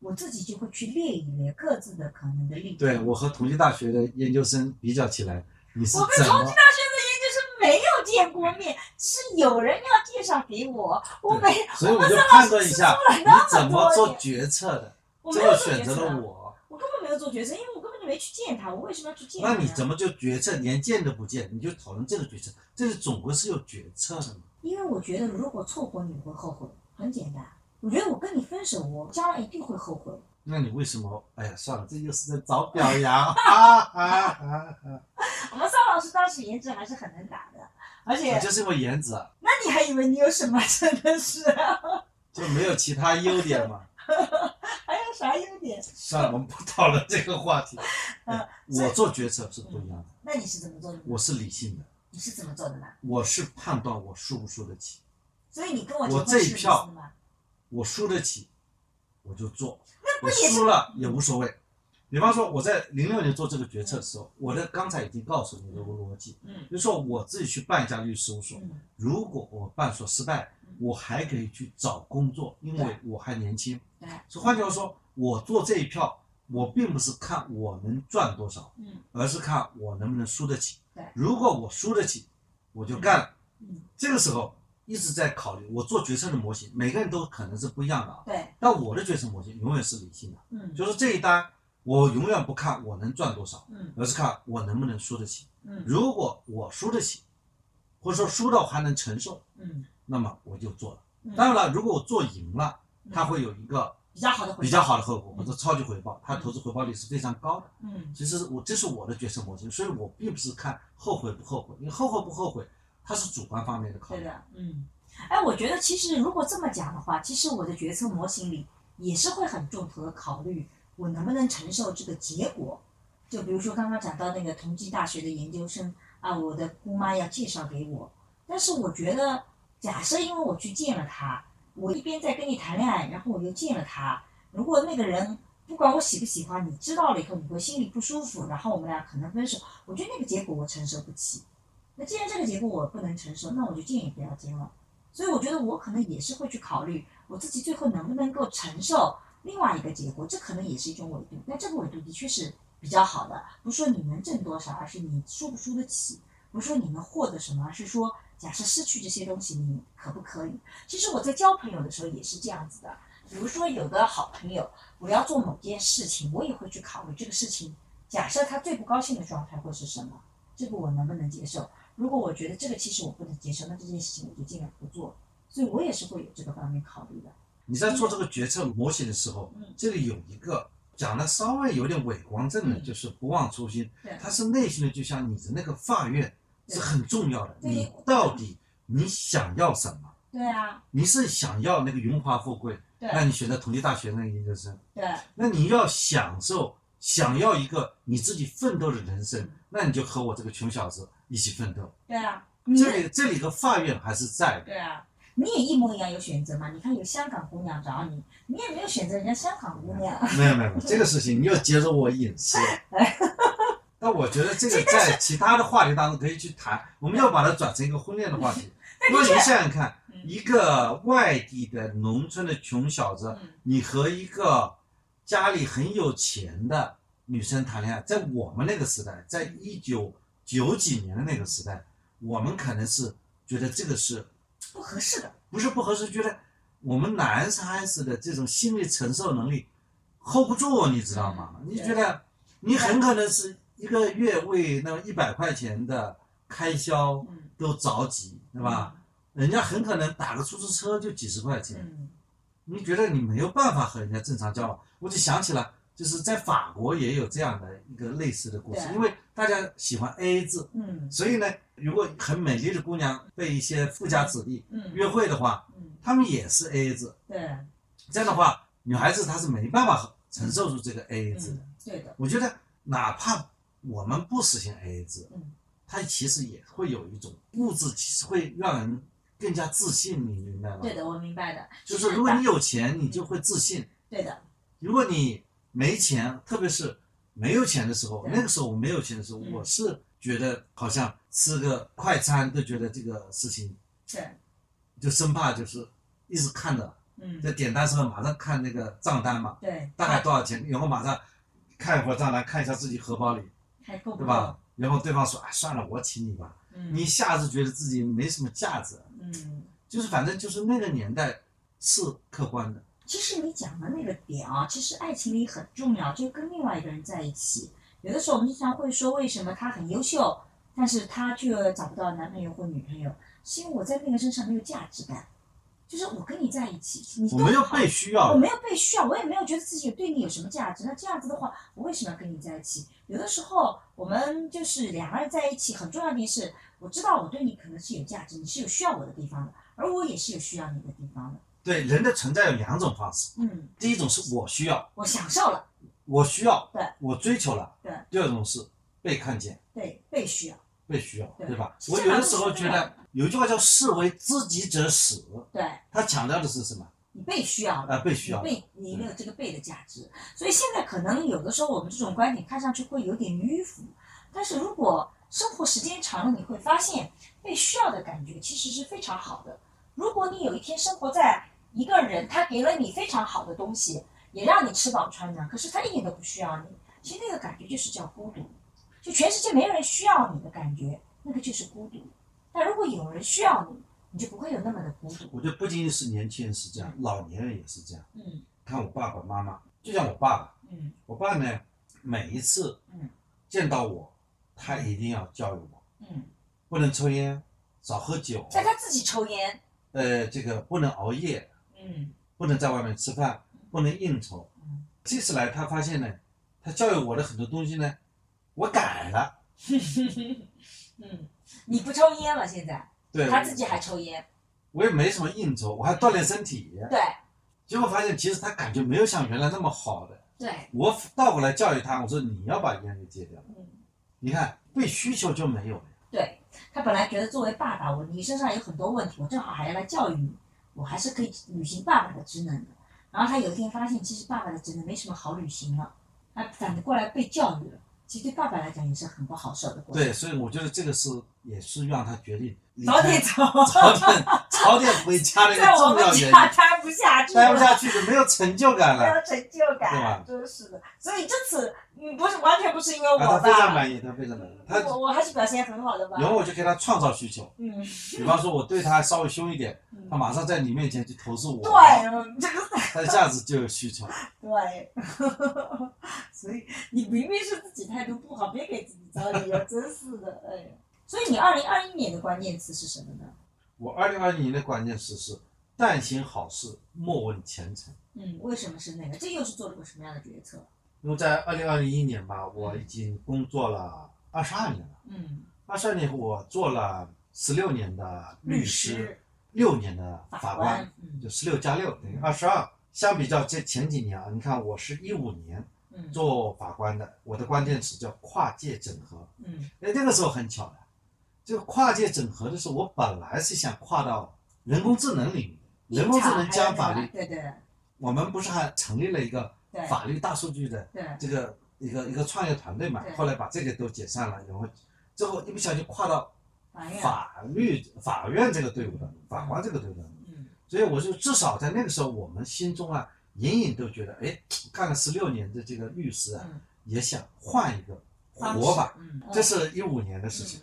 [SPEAKER 2] 我自己就会去列一列各自的可能的例子。
[SPEAKER 3] 对我和同济大学的研究生比较起来，你是
[SPEAKER 2] 我跟
[SPEAKER 3] 怎
[SPEAKER 2] 同
[SPEAKER 3] 么
[SPEAKER 2] 济？大学的研究生没有见过面，是有人要介绍给我，我没，
[SPEAKER 3] 所以我
[SPEAKER 2] 们
[SPEAKER 3] 就
[SPEAKER 2] 三老
[SPEAKER 3] 判
[SPEAKER 2] 师
[SPEAKER 3] 断一下
[SPEAKER 2] 出来
[SPEAKER 3] 你
[SPEAKER 2] 那
[SPEAKER 3] 怎么
[SPEAKER 2] 么多
[SPEAKER 3] 做
[SPEAKER 2] 年，
[SPEAKER 3] 决策的，
[SPEAKER 2] 我没
[SPEAKER 3] 最后
[SPEAKER 2] 有做
[SPEAKER 3] 选
[SPEAKER 2] 决
[SPEAKER 3] 择
[SPEAKER 2] 策
[SPEAKER 3] 了
[SPEAKER 2] 啊，
[SPEAKER 3] 我。
[SPEAKER 2] 我根本没有做决策，因为我根本就没去见他，我为什么要去见他
[SPEAKER 3] 那
[SPEAKER 2] 呢？
[SPEAKER 3] 你怎么就决策连见都不见，你就讨论这个决策？这是总归是有决策的嘛。
[SPEAKER 2] 因为我觉得如果错过你我会后悔，很简单。我觉得我跟你分手，我将来一定会后悔。
[SPEAKER 3] 那你为什么？哎呀，算了，这又是在找表
[SPEAKER 2] [laughs]
[SPEAKER 3] 扬，啊哈哈哈哈！
[SPEAKER 2] 我们邵老师当时颜值还是很能打的，而且
[SPEAKER 3] 我就是因为颜值啊，
[SPEAKER 2] 那你还以为你有什么？ [laughs] 真的是
[SPEAKER 3] 就没有其他优点
[SPEAKER 2] [laughs]
[SPEAKER 3] 嘛。
[SPEAKER 2] 还有啥优点？
[SPEAKER 3] 算了，我们不讨论这个话
[SPEAKER 2] [laughs]
[SPEAKER 3] 题。
[SPEAKER 2] 嗯
[SPEAKER 3] 哎我做决策是不一样的，
[SPEAKER 2] 那你是怎么做的呢？
[SPEAKER 3] 我是理性的，
[SPEAKER 2] 你是怎么做的呢？
[SPEAKER 3] 我是判断我输不输得起，
[SPEAKER 2] 所以你跟我结
[SPEAKER 3] 我
[SPEAKER 2] 婚
[SPEAKER 3] 这
[SPEAKER 2] 是
[SPEAKER 3] 一
[SPEAKER 2] 有意思
[SPEAKER 3] 票
[SPEAKER 2] 的吗？
[SPEAKER 3] 我输得起，我就做，
[SPEAKER 2] 不
[SPEAKER 3] 我
[SPEAKER 2] 也是
[SPEAKER 3] 输了也无所谓。比方说，我在零六年做这个决策的时候，我的刚才已经告诉你的逻辑，
[SPEAKER 2] 嗯
[SPEAKER 3] 就说我自己去办一家律师事务所，
[SPEAKER 2] 嗯
[SPEAKER 3] 如果我办所失败，我还可以去找工作，因为
[SPEAKER 2] 对
[SPEAKER 3] 我还年轻。
[SPEAKER 2] 嗯对，
[SPEAKER 3] 所以换句话说，我做这一票，我并不是看我能赚多少，
[SPEAKER 2] 嗯
[SPEAKER 3] 而是看我能不能输得起
[SPEAKER 2] 对。
[SPEAKER 3] 如果我输得起，我就干了。
[SPEAKER 2] 嗯，
[SPEAKER 3] 这个时候一直在考虑我做决策的模型，每个人都可能是不一样的啊。
[SPEAKER 2] 对，
[SPEAKER 3] 但我的决策模型永远是理性的，
[SPEAKER 2] 嗯
[SPEAKER 3] 就是这一单我永远不看我能赚多少，
[SPEAKER 2] 嗯
[SPEAKER 3] 而是看我能不能输得起。
[SPEAKER 2] 嗯
[SPEAKER 3] 如果我输得起，或者说输到我还能承受，
[SPEAKER 2] 嗯
[SPEAKER 3] 那么我就做了。
[SPEAKER 2] 嗯，
[SPEAKER 3] 当然了，如果我做赢了，它会有一个
[SPEAKER 2] 比较好的回
[SPEAKER 3] 比较
[SPEAKER 2] 报，
[SPEAKER 3] 好的后果，或者超级回报，它投资回报率是非常高的。
[SPEAKER 2] 嗯
[SPEAKER 3] 其实我这是我的决策模型，所以我并不是看后悔不后悔，因为后悔不后悔，它是主观方面的考
[SPEAKER 2] 对
[SPEAKER 3] 虑。
[SPEAKER 2] 的，嗯，哎，我觉得其实如果这么讲的话，其实我的决策模型里也是会很重头的考虑我能不能承受这个结果。就比如说刚刚讲到那个同济大学的研究生啊，我的姑妈要介绍给我，但是我觉得，假设因为我去见了他，我一边在跟你谈恋爱，然后我又见了他，如果那个人不管我喜不喜欢，你知道了以后，你会心里不舒服，然后我们俩可能分手，我觉得那个结果我承受不起。那既然这个结果我不能承受，那我就建议不要交往。所以我觉得我可能也是会去考虑我自己最后能不能够承受另外一个结果，这可能也是一种纬度。那这个纬度的确是比较好的，不是说你能挣多少，而是你输不输得起；不是说你能获得什么，而是说假设失去这些东西，你可不可以？其实我在交朋友的时候也是这样子的。比如说有个好朋友，我要做某件事情，我也会去考虑这个事情，假设他最不高兴的状态会是什么，这个我能不能接受？如果我觉得这个其实我不能接受，那这件事情我就尽量不做。所以我也是会有这个方面考虑的。
[SPEAKER 3] 你在做这个决策模型的时候
[SPEAKER 2] 嗯，
[SPEAKER 3] 这里有一个讲的稍微有点伪光正的，
[SPEAKER 2] 嗯
[SPEAKER 3] 就是不忘初心，
[SPEAKER 2] 对
[SPEAKER 3] 它是内心的，就像你的那个发愿
[SPEAKER 2] 对
[SPEAKER 3] 是很重要的。
[SPEAKER 2] 对
[SPEAKER 3] 你到底你想要什么？
[SPEAKER 2] 对啊，
[SPEAKER 3] 你是想要那个荣华富贵，
[SPEAKER 2] 对
[SPEAKER 3] 那你选择同济大学那个研究生，
[SPEAKER 2] 对
[SPEAKER 3] 那你要享受，想要一个你自己奋斗的人生
[SPEAKER 2] 嗯，
[SPEAKER 3] 那你就和我这个穷小子一起奋斗。
[SPEAKER 2] 对啊，你
[SPEAKER 3] 嗯这里这里的发愿还是在的，
[SPEAKER 2] 对啊，你也一模一样有选择嘛？你看有香港姑娘找你，你也没有选择人家香港姑娘。
[SPEAKER 3] 没有没有，没有这个事情你又揭露我隐私 [laughs] 了。那我觉得这个在其他的话题当中可以去谈，我们要把它转成一个婚恋的话 [laughs] 题。因为你想想看，一个外地的农村的穷小子，
[SPEAKER 2] 嗯，
[SPEAKER 3] 你和一个家里很有钱的女生谈恋爱，在我们那个时代，在一九九几年的那个时代，我们可能是觉得这个是
[SPEAKER 2] 不合适的。
[SPEAKER 3] 不是不合适，觉得我们男孩子的这种心理承受能力 hold 不住，你知道吗？
[SPEAKER 2] 嗯
[SPEAKER 3] 你觉得你很可能是一个月为那一百块钱的开销
[SPEAKER 2] 嗯，
[SPEAKER 3] 都着急，对吧？？人家很可能打个出租车就几十块钱，
[SPEAKER 2] 嗯，
[SPEAKER 3] 你觉得你没有办法和人家正常交往，我就想起来，就是在法国也有这样的一个类似的故事，
[SPEAKER 2] 对
[SPEAKER 3] 因为大家喜欢 AA 制，
[SPEAKER 2] 嗯
[SPEAKER 3] 所以呢，如果很美丽的姑娘被一些富家子弟
[SPEAKER 2] 嗯
[SPEAKER 3] 约会的话，
[SPEAKER 2] 嗯，
[SPEAKER 3] 他们也是 AA 制，
[SPEAKER 2] 对，嗯
[SPEAKER 3] 这样的话，女孩子她是没办法承受住这个 AA 制的。
[SPEAKER 2] 嗯，对的，
[SPEAKER 3] 我觉得，哪怕我们不实行 AA 制
[SPEAKER 2] 嗯，
[SPEAKER 3] 它其实也会有一种物质，其实会让人更加自信，你明白吗？
[SPEAKER 2] 对的，我明白的。
[SPEAKER 3] 就是如果你有钱，你就会自信。
[SPEAKER 2] 对的，
[SPEAKER 3] 如果你没钱，特别是没有钱的时候，
[SPEAKER 2] 对
[SPEAKER 3] 那个时候我没有钱的时候，
[SPEAKER 2] 嗯
[SPEAKER 3] 我是觉得好像吃个快餐都觉得这个事情
[SPEAKER 2] 对，
[SPEAKER 3] 就生怕就是一直看着，
[SPEAKER 2] 嗯
[SPEAKER 3] 在，点单时候马上看那个账单嘛，
[SPEAKER 2] 对，
[SPEAKER 3] 大概多少钱，然后马上看一会儿账单，看一下自己荷包里，
[SPEAKER 2] 还够不
[SPEAKER 3] 对
[SPEAKER 2] 够？
[SPEAKER 3] 吧？然后对方说，哎，算了，我请你吧。
[SPEAKER 2] 嗯，
[SPEAKER 3] 你一下子觉得自己没什么价值，
[SPEAKER 2] 嗯。
[SPEAKER 3] 就是反正就是那个年代是客观的，
[SPEAKER 2] 其实你讲的那个点啊，其实爱情里很重要，就跟另外一个人在一起。有的时候我们经常会说，为什么他很优秀，但是他却找不到男朋友或女朋友，是因为我在那个身上没有价值感，就是我跟你在一起，你
[SPEAKER 3] 我
[SPEAKER 2] 更
[SPEAKER 3] 没有
[SPEAKER 2] 好
[SPEAKER 3] 被需要
[SPEAKER 2] 我
[SPEAKER 3] 的，
[SPEAKER 2] 没有被需要，我也没有觉得自己对你有什么价值。那这样子的话，我为什么要跟你在一起？有的时候我们就是两个人在一起，很重要的一点是，我知道我对你可能是有价值，你是有需要我的地方的，而我也是有需要你的地方的。
[SPEAKER 3] 对人的存在有两种方式，
[SPEAKER 2] 嗯，
[SPEAKER 3] 第一种是我需要。
[SPEAKER 2] 我享受了。
[SPEAKER 3] 我需要，
[SPEAKER 2] 对
[SPEAKER 3] 我追求了，
[SPEAKER 2] 对
[SPEAKER 3] 第二种是被看见、
[SPEAKER 2] 对，被需要，
[SPEAKER 3] 被需要，
[SPEAKER 2] 对
[SPEAKER 3] 对吧？
[SPEAKER 2] 是
[SPEAKER 3] 我
[SPEAKER 2] 这
[SPEAKER 3] 有
[SPEAKER 2] 样
[SPEAKER 3] 的时候觉
[SPEAKER 2] 是这样
[SPEAKER 3] 得有一句话叫“士为知己者死
[SPEAKER 2] 对”，
[SPEAKER 3] 它强调的是什么？
[SPEAKER 2] 你被需要了。
[SPEAKER 3] 啊，被需要
[SPEAKER 2] 你。被你没有这个被的价值，所以现在可能有的时候我们这种观点看上去会有点迂腐，但是如果生活时间长了，你会发现被需要的感觉其实是非常好的。如果你有一天生活在一个人，他给了你非常好的东西，也让你吃饱穿暖，可是他一点都不需要你，其实那个感觉就是叫孤独，就全世界没有人需要你的感觉，那个就是孤独。但如果有人需要你，你就不会有那么的孤独。
[SPEAKER 3] 我觉得不仅仅是年轻人是这样，老年人也是这样。
[SPEAKER 2] 嗯
[SPEAKER 3] 看我爸爸妈妈，就像我爸爸，
[SPEAKER 2] 嗯
[SPEAKER 3] 我爸呢，每一次
[SPEAKER 2] 嗯
[SPEAKER 3] 见到我，他一定要教育我，
[SPEAKER 2] 嗯，
[SPEAKER 3] 不能抽烟，少喝酒，
[SPEAKER 2] 在他自己抽烟，
[SPEAKER 3] 呃，这个不能熬夜，
[SPEAKER 2] 嗯
[SPEAKER 3] 不能在外面吃饭，不能应酬。
[SPEAKER 2] 嗯
[SPEAKER 3] 这次来，他发现呢，他教育我的很多东西呢，我改了。
[SPEAKER 2] 嗯，你不抽烟了，现在
[SPEAKER 3] 对，
[SPEAKER 2] 他自己还抽烟，
[SPEAKER 3] 我也没什么应酬，我还锻炼身体。
[SPEAKER 2] 对
[SPEAKER 3] 结果发现，其实他感觉没有像原来那么好的。
[SPEAKER 2] 对，
[SPEAKER 3] 我倒过来教育他，我说你要把烟给戒掉。
[SPEAKER 2] 嗯。
[SPEAKER 3] 你看，被需求就没有了。
[SPEAKER 2] 对他本来觉得作为爸爸，我你身上有很多问题，我正好还要来教育你，我还是可以履行爸爸的职能的。然后他有一天发现，其实爸爸的职能没什么好履行了，他反过来被教育了。其实对爸爸来讲也是很不好受的过程。
[SPEAKER 3] 对，所以我觉得这个是也是让他决定离
[SPEAKER 2] 早
[SPEAKER 3] 开
[SPEAKER 2] 点走，
[SPEAKER 3] 早点早点回家的一个
[SPEAKER 2] 在我
[SPEAKER 3] 重
[SPEAKER 2] 们
[SPEAKER 3] 要原
[SPEAKER 2] 家
[SPEAKER 3] 因，
[SPEAKER 2] 待不下去
[SPEAKER 3] 待不
[SPEAKER 2] 了。
[SPEAKER 3] 下去就没有成就感
[SPEAKER 2] 没
[SPEAKER 3] 了。
[SPEAKER 2] 有成就
[SPEAKER 3] 对吧
[SPEAKER 2] 感，真是的。所以这次，嗯，不是完全不是因为我
[SPEAKER 3] 啊，他
[SPEAKER 2] 吧？
[SPEAKER 3] 非常满意，他非常满意。他
[SPEAKER 2] 我我还是表现很好的吧。
[SPEAKER 3] 然后我就给他创造需求，
[SPEAKER 2] 嗯，
[SPEAKER 3] 比方说我对他稍微凶一点，
[SPEAKER 2] 嗯
[SPEAKER 3] 他马上在你面前就投诉我，
[SPEAKER 2] 对， [laughs] 嗯这个
[SPEAKER 3] [laughs] 他一下子就有需求。
[SPEAKER 2] 对， [laughs] 所以你明明是自己态度不好，别给自己找理由，真是的，哎呀。所以你二零二一年的关键词是什么呢？
[SPEAKER 3] 我二零二一年的关键词是但行好事，莫问前程。
[SPEAKER 2] 嗯，为什么是那个？这又是做了个什么样的决策？
[SPEAKER 3] 因为在二零二一年吧，我已经工作了二十二年了，
[SPEAKER 2] 嗯，
[SPEAKER 3] 二十二年我做了十六年的律师，
[SPEAKER 2] 师、
[SPEAKER 3] 六年的法官，，
[SPEAKER 2] 嗯
[SPEAKER 3] 就十六加六等于二十二。相比较这前几年啊，你看我是一五年
[SPEAKER 2] 嗯，
[SPEAKER 3] 做法官的，我的关键词叫跨界整合。
[SPEAKER 2] 嗯
[SPEAKER 3] 哎，那个时候很巧的，这个跨界整合的时候，我本来是想跨到人工智能领域，人工智能加法律，
[SPEAKER 2] 对对
[SPEAKER 3] 我们不是还成立了一个
[SPEAKER 2] 对
[SPEAKER 3] 法律大数据的
[SPEAKER 2] 对，
[SPEAKER 3] 这个一个一个创业团队嘛
[SPEAKER 2] 对？
[SPEAKER 3] 后来把这个都解散了，然后最后一不小心跨到
[SPEAKER 2] 法院，
[SPEAKER 3] 法律法院这个队伍了，法官这个队伍了。
[SPEAKER 2] 嗯
[SPEAKER 3] 所以我就至少在那个时候，我们心中啊，隐隐都觉得，哎，干了十六年的这个律师啊，
[SPEAKER 2] 嗯，
[SPEAKER 3] 也想换一个
[SPEAKER 2] 方
[SPEAKER 3] 活
[SPEAKER 2] 式
[SPEAKER 3] 法。，
[SPEAKER 2] 嗯，
[SPEAKER 3] 这是一五年的事情。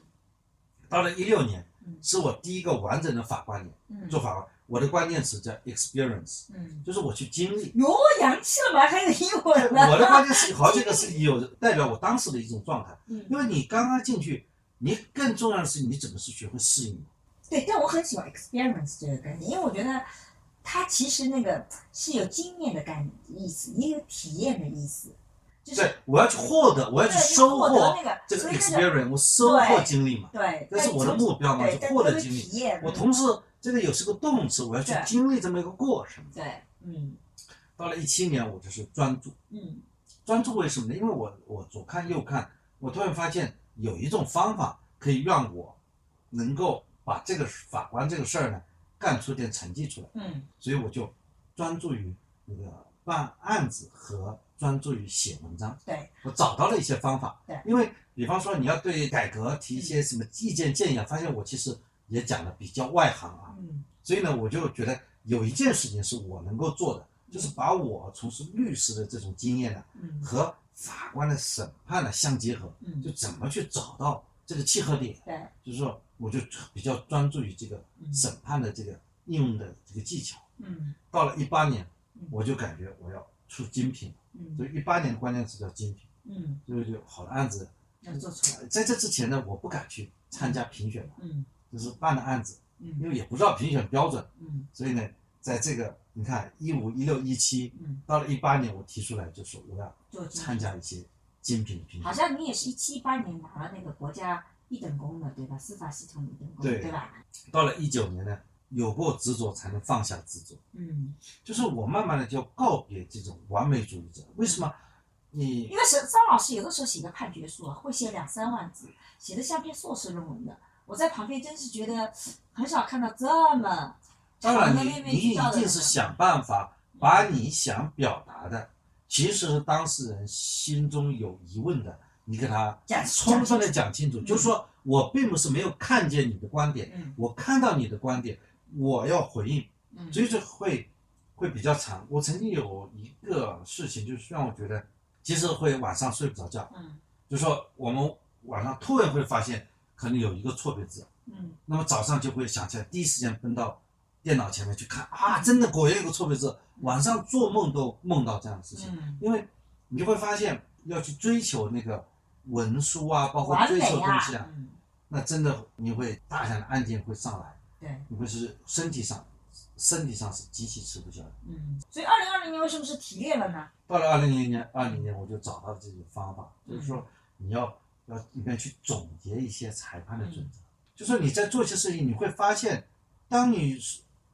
[SPEAKER 3] 到了一六年，
[SPEAKER 2] 嗯
[SPEAKER 3] 是我第一个完整的法官年，
[SPEAKER 2] 嗯
[SPEAKER 3] 做法官，我的关键词叫 experience，
[SPEAKER 2] 嗯，
[SPEAKER 3] 就是我去经历。
[SPEAKER 2] 哟，洋气了嘛，还有英文呢，
[SPEAKER 3] 我的关键词好，这个是有代表我当时的一种状态，
[SPEAKER 2] 嗯
[SPEAKER 3] 因为你刚刚进去，你更重要的是你怎么去学会适应。
[SPEAKER 2] 对，但我很喜欢 experience 这个概念，因为我觉得它其实那个是有经验的概念意思，也有体验的意思，就是
[SPEAKER 3] 对，我要去获得，我要去
[SPEAKER 2] 对
[SPEAKER 3] 收
[SPEAKER 2] 获得
[SPEAKER 3] 获
[SPEAKER 2] 那个，
[SPEAKER 3] 这个
[SPEAKER 2] 所以那个
[SPEAKER 3] experience，我收获
[SPEAKER 2] 对
[SPEAKER 3] 经历嘛，
[SPEAKER 2] 对，
[SPEAKER 3] 这是
[SPEAKER 2] 但
[SPEAKER 3] 我的
[SPEAKER 2] 从
[SPEAKER 3] 目标嘛，
[SPEAKER 2] 对，
[SPEAKER 3] 就
[SPEAKER 2] 但
[SPEAKER 3] 获得
[SPEAKER 2] 从
[SPEAKER 3] 经历。
[SPEAKER 2] 体验，
[SPEAKER 3] 我
[SPEAKER 2] 嗯
[SPEAKER 3] 同时这个有是个动词，我要去
[SPEAKER 2] 对
[SPEAKER 3] 经历这么一个过程。
[SPEAKER 2] 对，嗯
[SPEAKER 3] 到了一七年，我就是专注。
[SPEAKER 2] 嗯
[SPEAKER 3] 专注为什么呢？因为我我左看右看，我突然发现有一种方法可以让我能够把这个法官这个事儿呢干出点成绩出来，
[SPEAKER 2] 嗯
[SPEAKER 3] 所以我就专注于那个办案子和专注于写文章。
[SPEAKER 2] 对，
[SPEAKER 3] 我找到了一些方法。
[SPEAKER 2] 对
[SPEAKER 3] 因为比方说你要对改革提一些什么意见建议啊，发现我其实也讲的比较外行啊，
[SPEAKER 2] 嗯
[SPEAKER 3] 所以呢，我就觉得有一件事情是我能够做的，就是把我从事律师的这种经验啊呢，
[SPEAKER 2] 嗯
[SPEAKER 3] 和法官的审判呢相结合，
[SPEAKER 2] 嗯
[SPEAKER 3] 就怎么去找到这个契合点。
[SPEAKER 2] 对，
[SPEAKER 3] 就是说，我就比较专注于这个
[SPEAKER 2] 嗯
[SPEAKER 3] 审判的这个应用的这个技巧。
[SPEAKER 2] 嗯
[SPEAKER 3] 到了一八年
[SPEAKER 2] 嗯，
[SPEAKER 3] 我就感觉我要出精品，所
[SPEAKER 2] 嗯
[SPEAKER 3] 以一八年的关键词叫精品，
[SPEAKER 2] 嗯，
[SPEAKER 3] 所以就好的案子。
[SPEAKER 2] 要做出来，
[SPEAKER 3] 在这之前呢，我不敢去参加评选，
[SPEAKER 2] 嗯
[SPEAKER 3] 就是办的案子，因
[SPEAKER 2] 嗯
[SPEAKER 3] 为也不知道评选标准。
[SPEAKER 2] 嗯
[SPEAKER 3] 所以呢，在这个你看一五一六一七
[SPEAKER 2] 嗯，
[SPEAKER 3] 到了一八年，我提出来就是我要
[SPEAKER 2] 做精
[SPEAKER 3] 参
[SPEAKER 2] 品
[SPEAKER 3] 加一些精品的评
[SPEAKER 2] 好
[SPEAKER 3] 选。
[SPEAKER 2] 像你也是一七一八年拿了那个国家一等功的，对吧？司法系统一等功，
[SPEAKER 3] 对
[SPEAKER 2] 对吧？
[SPEAKER 3] 到了一九年呢，有过执着才能放下执着，
[SPEAKER 2] 嗯，
[SPEAKER 3] 就是我慢慢的就告别这种完美主义者。为什么？你
[SPEAKER 2] 因为沈张老师有的时候写个判决书啊，会写两三万字，写的像篇硕士论文的。我在旁边真是觉得很少看到这么
[SPEAKER 3] 当然
[SPEAKER 2] 长的
[SPEAKER 3] 你
[SPEAKER 2] 面面
[SPEAKER 3] 你
[SPEAKER 2] 俱
[SPEAKER 3] 一
[SPEAKER 2] 到的
[SPEAKER 3] 定
[SPEAKER 2] 人
[SPEAKER 3] 是
[SPEAKER 2] 了
[SPEAKER 3] 想办法把你想表达的，其实是当事人心中有疑问的，你给他
[SPEAKER 2] 讲
[SPEAKER 3] 充分的
[SPEAKER 2] 讲
[SPEAKER 3] 讲清楚。
[SPEAKER 2] 嗯
[SPEAKER 3] 就是说我并不是没有看见你的观点，
[SPEAKER 2] 嗯
[SPEAKER 3] 我看到你的观点，我要回应，
[SPEAKER 2] 嗯
[SPEAKER 3] 所以就会会比较长。我曾经有一个事情，就是让我觉得，其实会晚上睡不着觉，
[SPEAKER 2] 嗯
[SPEAKER 3] 就说我们晚上突然会发现可能有一个错别字，
[SPEAKER 2] 嗯
[SPEAKER 3] 那么早上就会想起来，第一时间奔到电脑前面去看啊，真的果然有个错别字，晚上做梦都梦到这样的事情。
[SPEAKER 2] 嗯，
[SPEAKER 3] 因为你就会发现要去追求那个文书啊，包括
[SPEAKER 2] 完
[SPEAKER 3] 追
[SPEAKER 2] 美
[SPEAKER 3] 求东
[SPEAKER 2] 啊
[SPEAKER 3] 西啊，，
[SPEAKER 2] 嗯
[SPEAKER 3] 那真的你会大量的案件会上来，
[SPEAKER 2] 对，
[SPEAKER 3] 你会是身体上，身体上是极其吃不消的。
[SPEAKER 2] 嗯，所以二零二零年为什么是提炼了呢？
[SPEAKER 3] 到了二零零年，二
[SPEAKER 2] 嗯
[SPEAKER 3] 零年我就找到自己的方法，就是说你要要一边去总结一些裁判的
[SPEAKER 2] 嗯
[SPEAKER 3] 准则，就说你在做一些事情，你会发现，当你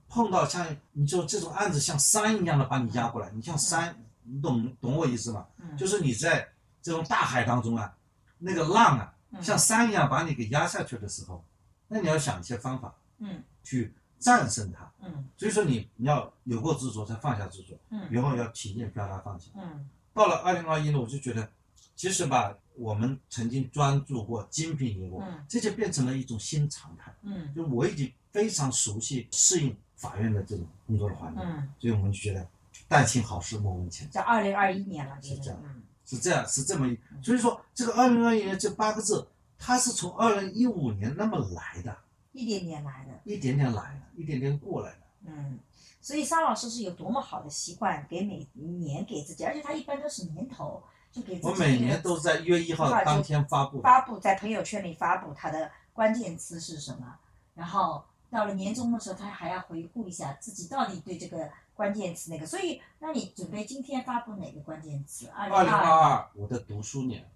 [SPEAKER 3] 碰到像你就这种案子像山一样的把你压过来，你像山，你懂懂我意思吗？
[SPEAKER 2] 嗯，
[SPEAKER 3] 就是你在这种大海当中啊，那个浪啊，
[SPEAKER 2] 嗯
[SPEAKER 3] 像山一样把你给压下去的时候，那你要想一些方法
[SPEAKER 2] 嗯
[SPEAKER 3] 去战胜它。
[SPEAKER 2] 嗯
[SPEAKER 3] 所以说你你要有过执着，才放下执着，
[SPEAKER 2] 嗯
[SPEAKER 3] 然后要体验表达放下。
[SPEAKER 2] 嗯
[SPEAKER 3] 到了二零二一呢，我就觉得，其实吧，我们曾经专注过精品业务，
[SPEAKER 2] 嗯
[SPEAKER 3] 这就变成了一种新常态。
[SPEAKER 2] 嗯
[SPEAKER 3] 就我已经非常熟悉适应法院的这种工作的环境，
[SPEAKER 2] 嗯，
[SPEAKER 3] 所以我们就觉得，但行好事，莫问前程。
[SPEAKER 2] 在二零二一年了，
[SPEAKER 3] 是这样
[SPEAKER 2] 嗯
[SPEAKER 3] 是这样，是这么一，所以说这个二零二一年这八个字，它是从二零一五年那么来的，
[SPEAKER 2] 一点点来的。
[SPEAKER 3] 一点点来的，一点点过来的。
[SPEAKER 2] 嗯，所以沙老师是有多么好的习惯，给每年给自己，而且他一般都是年头就给自己
[SPEAKER 3] 我每年都在一月一号当天发布的，
[SPEAKER 2] 发布在朋友圈里发布他的关键词是什么，然后到了年终的时候，他还要回顾一下自己到底对这个关键词那个。所以，那你准备今天发布哪个关键词？二
[SPEAKER 3] 二零二
[SPEAKER 2] 二
[SPEAKER 3] 二我的读书年，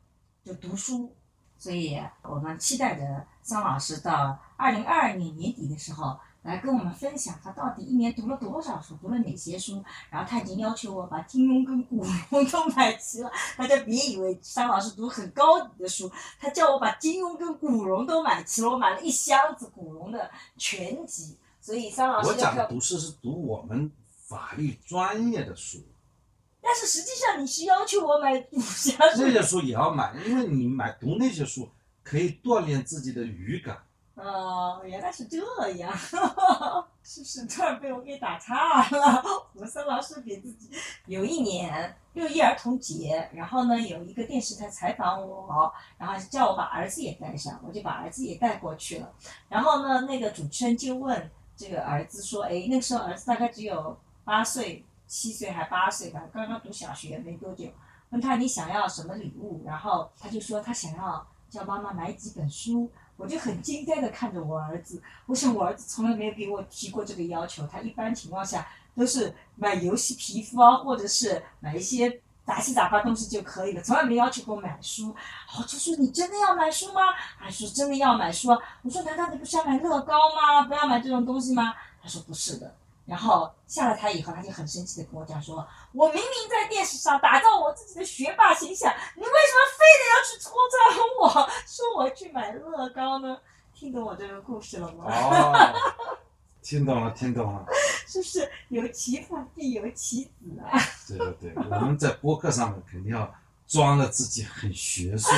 [SPEAKER 2] 就读书。所以我们期待着张老师到二零二二年年底的时候来跟我们分享他到底一年读了多少书，读了哪些书。然后他已经要求我把金庸跟古龙 [laughs] 都买齐了。大家别以为张老师读很高级的书，他叫我把金庸跟古龙都买齐了，我买了一箱子古龙的全集。所以张老
[SPEAKER 3] 我
[SPEAKER 2] 师要
[SPEAKER 3] 讲的
[SPEAKER 2] 看，
[SPEAKER 3] 读书是读我们法律专业的书，
[SPEAKER 2] 但是实际上你是要求我买五箱书
[SPEAKER 3] 这，些书也要买，因为你买读那些书可以锻炼自己的语感。
[SPEAKER 2] 哦，原来是这样， [laughs] 是不是突然被我给打岔了？我三老师给自己有一年六一儿童节，然后呢有一个电视台采访我，然后叫我把儿子也带上，我就把儿子也带过去了。然后呢，那个主持人就问这个儿子说：“哎，那个时候儿子大概只有八岁、七岁还八岁吧，刚刚读小学没多久。”问他你想要什么礼物，然后他就说他想要叫妈妈买几本书。我就很惊呆的看着我儿子，我想我儿子从来没有给我提过这个要求，他一般情况下都是买游戏皮肤啊，或者是买一些杂七杂八东西就可以了，从来没要求过买书。我就说你真的要买书吗？他说真的要买书啊。我说难道你不是要买乐高吗？不要买这种东西吗？他说不是的。然后下了台以后，他就很生气的跟我讲说：“我明明在电视上打造我自己的学霸形象，你为什么非得要去戳穿我，说我去买乐高呢？听懂我这个故事了吗？
[SPEAKER 3] 哦，听懂了，听懂了。
[SPEAKER 2] 是不是有其父必有其子啊？
[SPEAKER 3] 对对对，我们在播客上面肯定要装的自己很学术。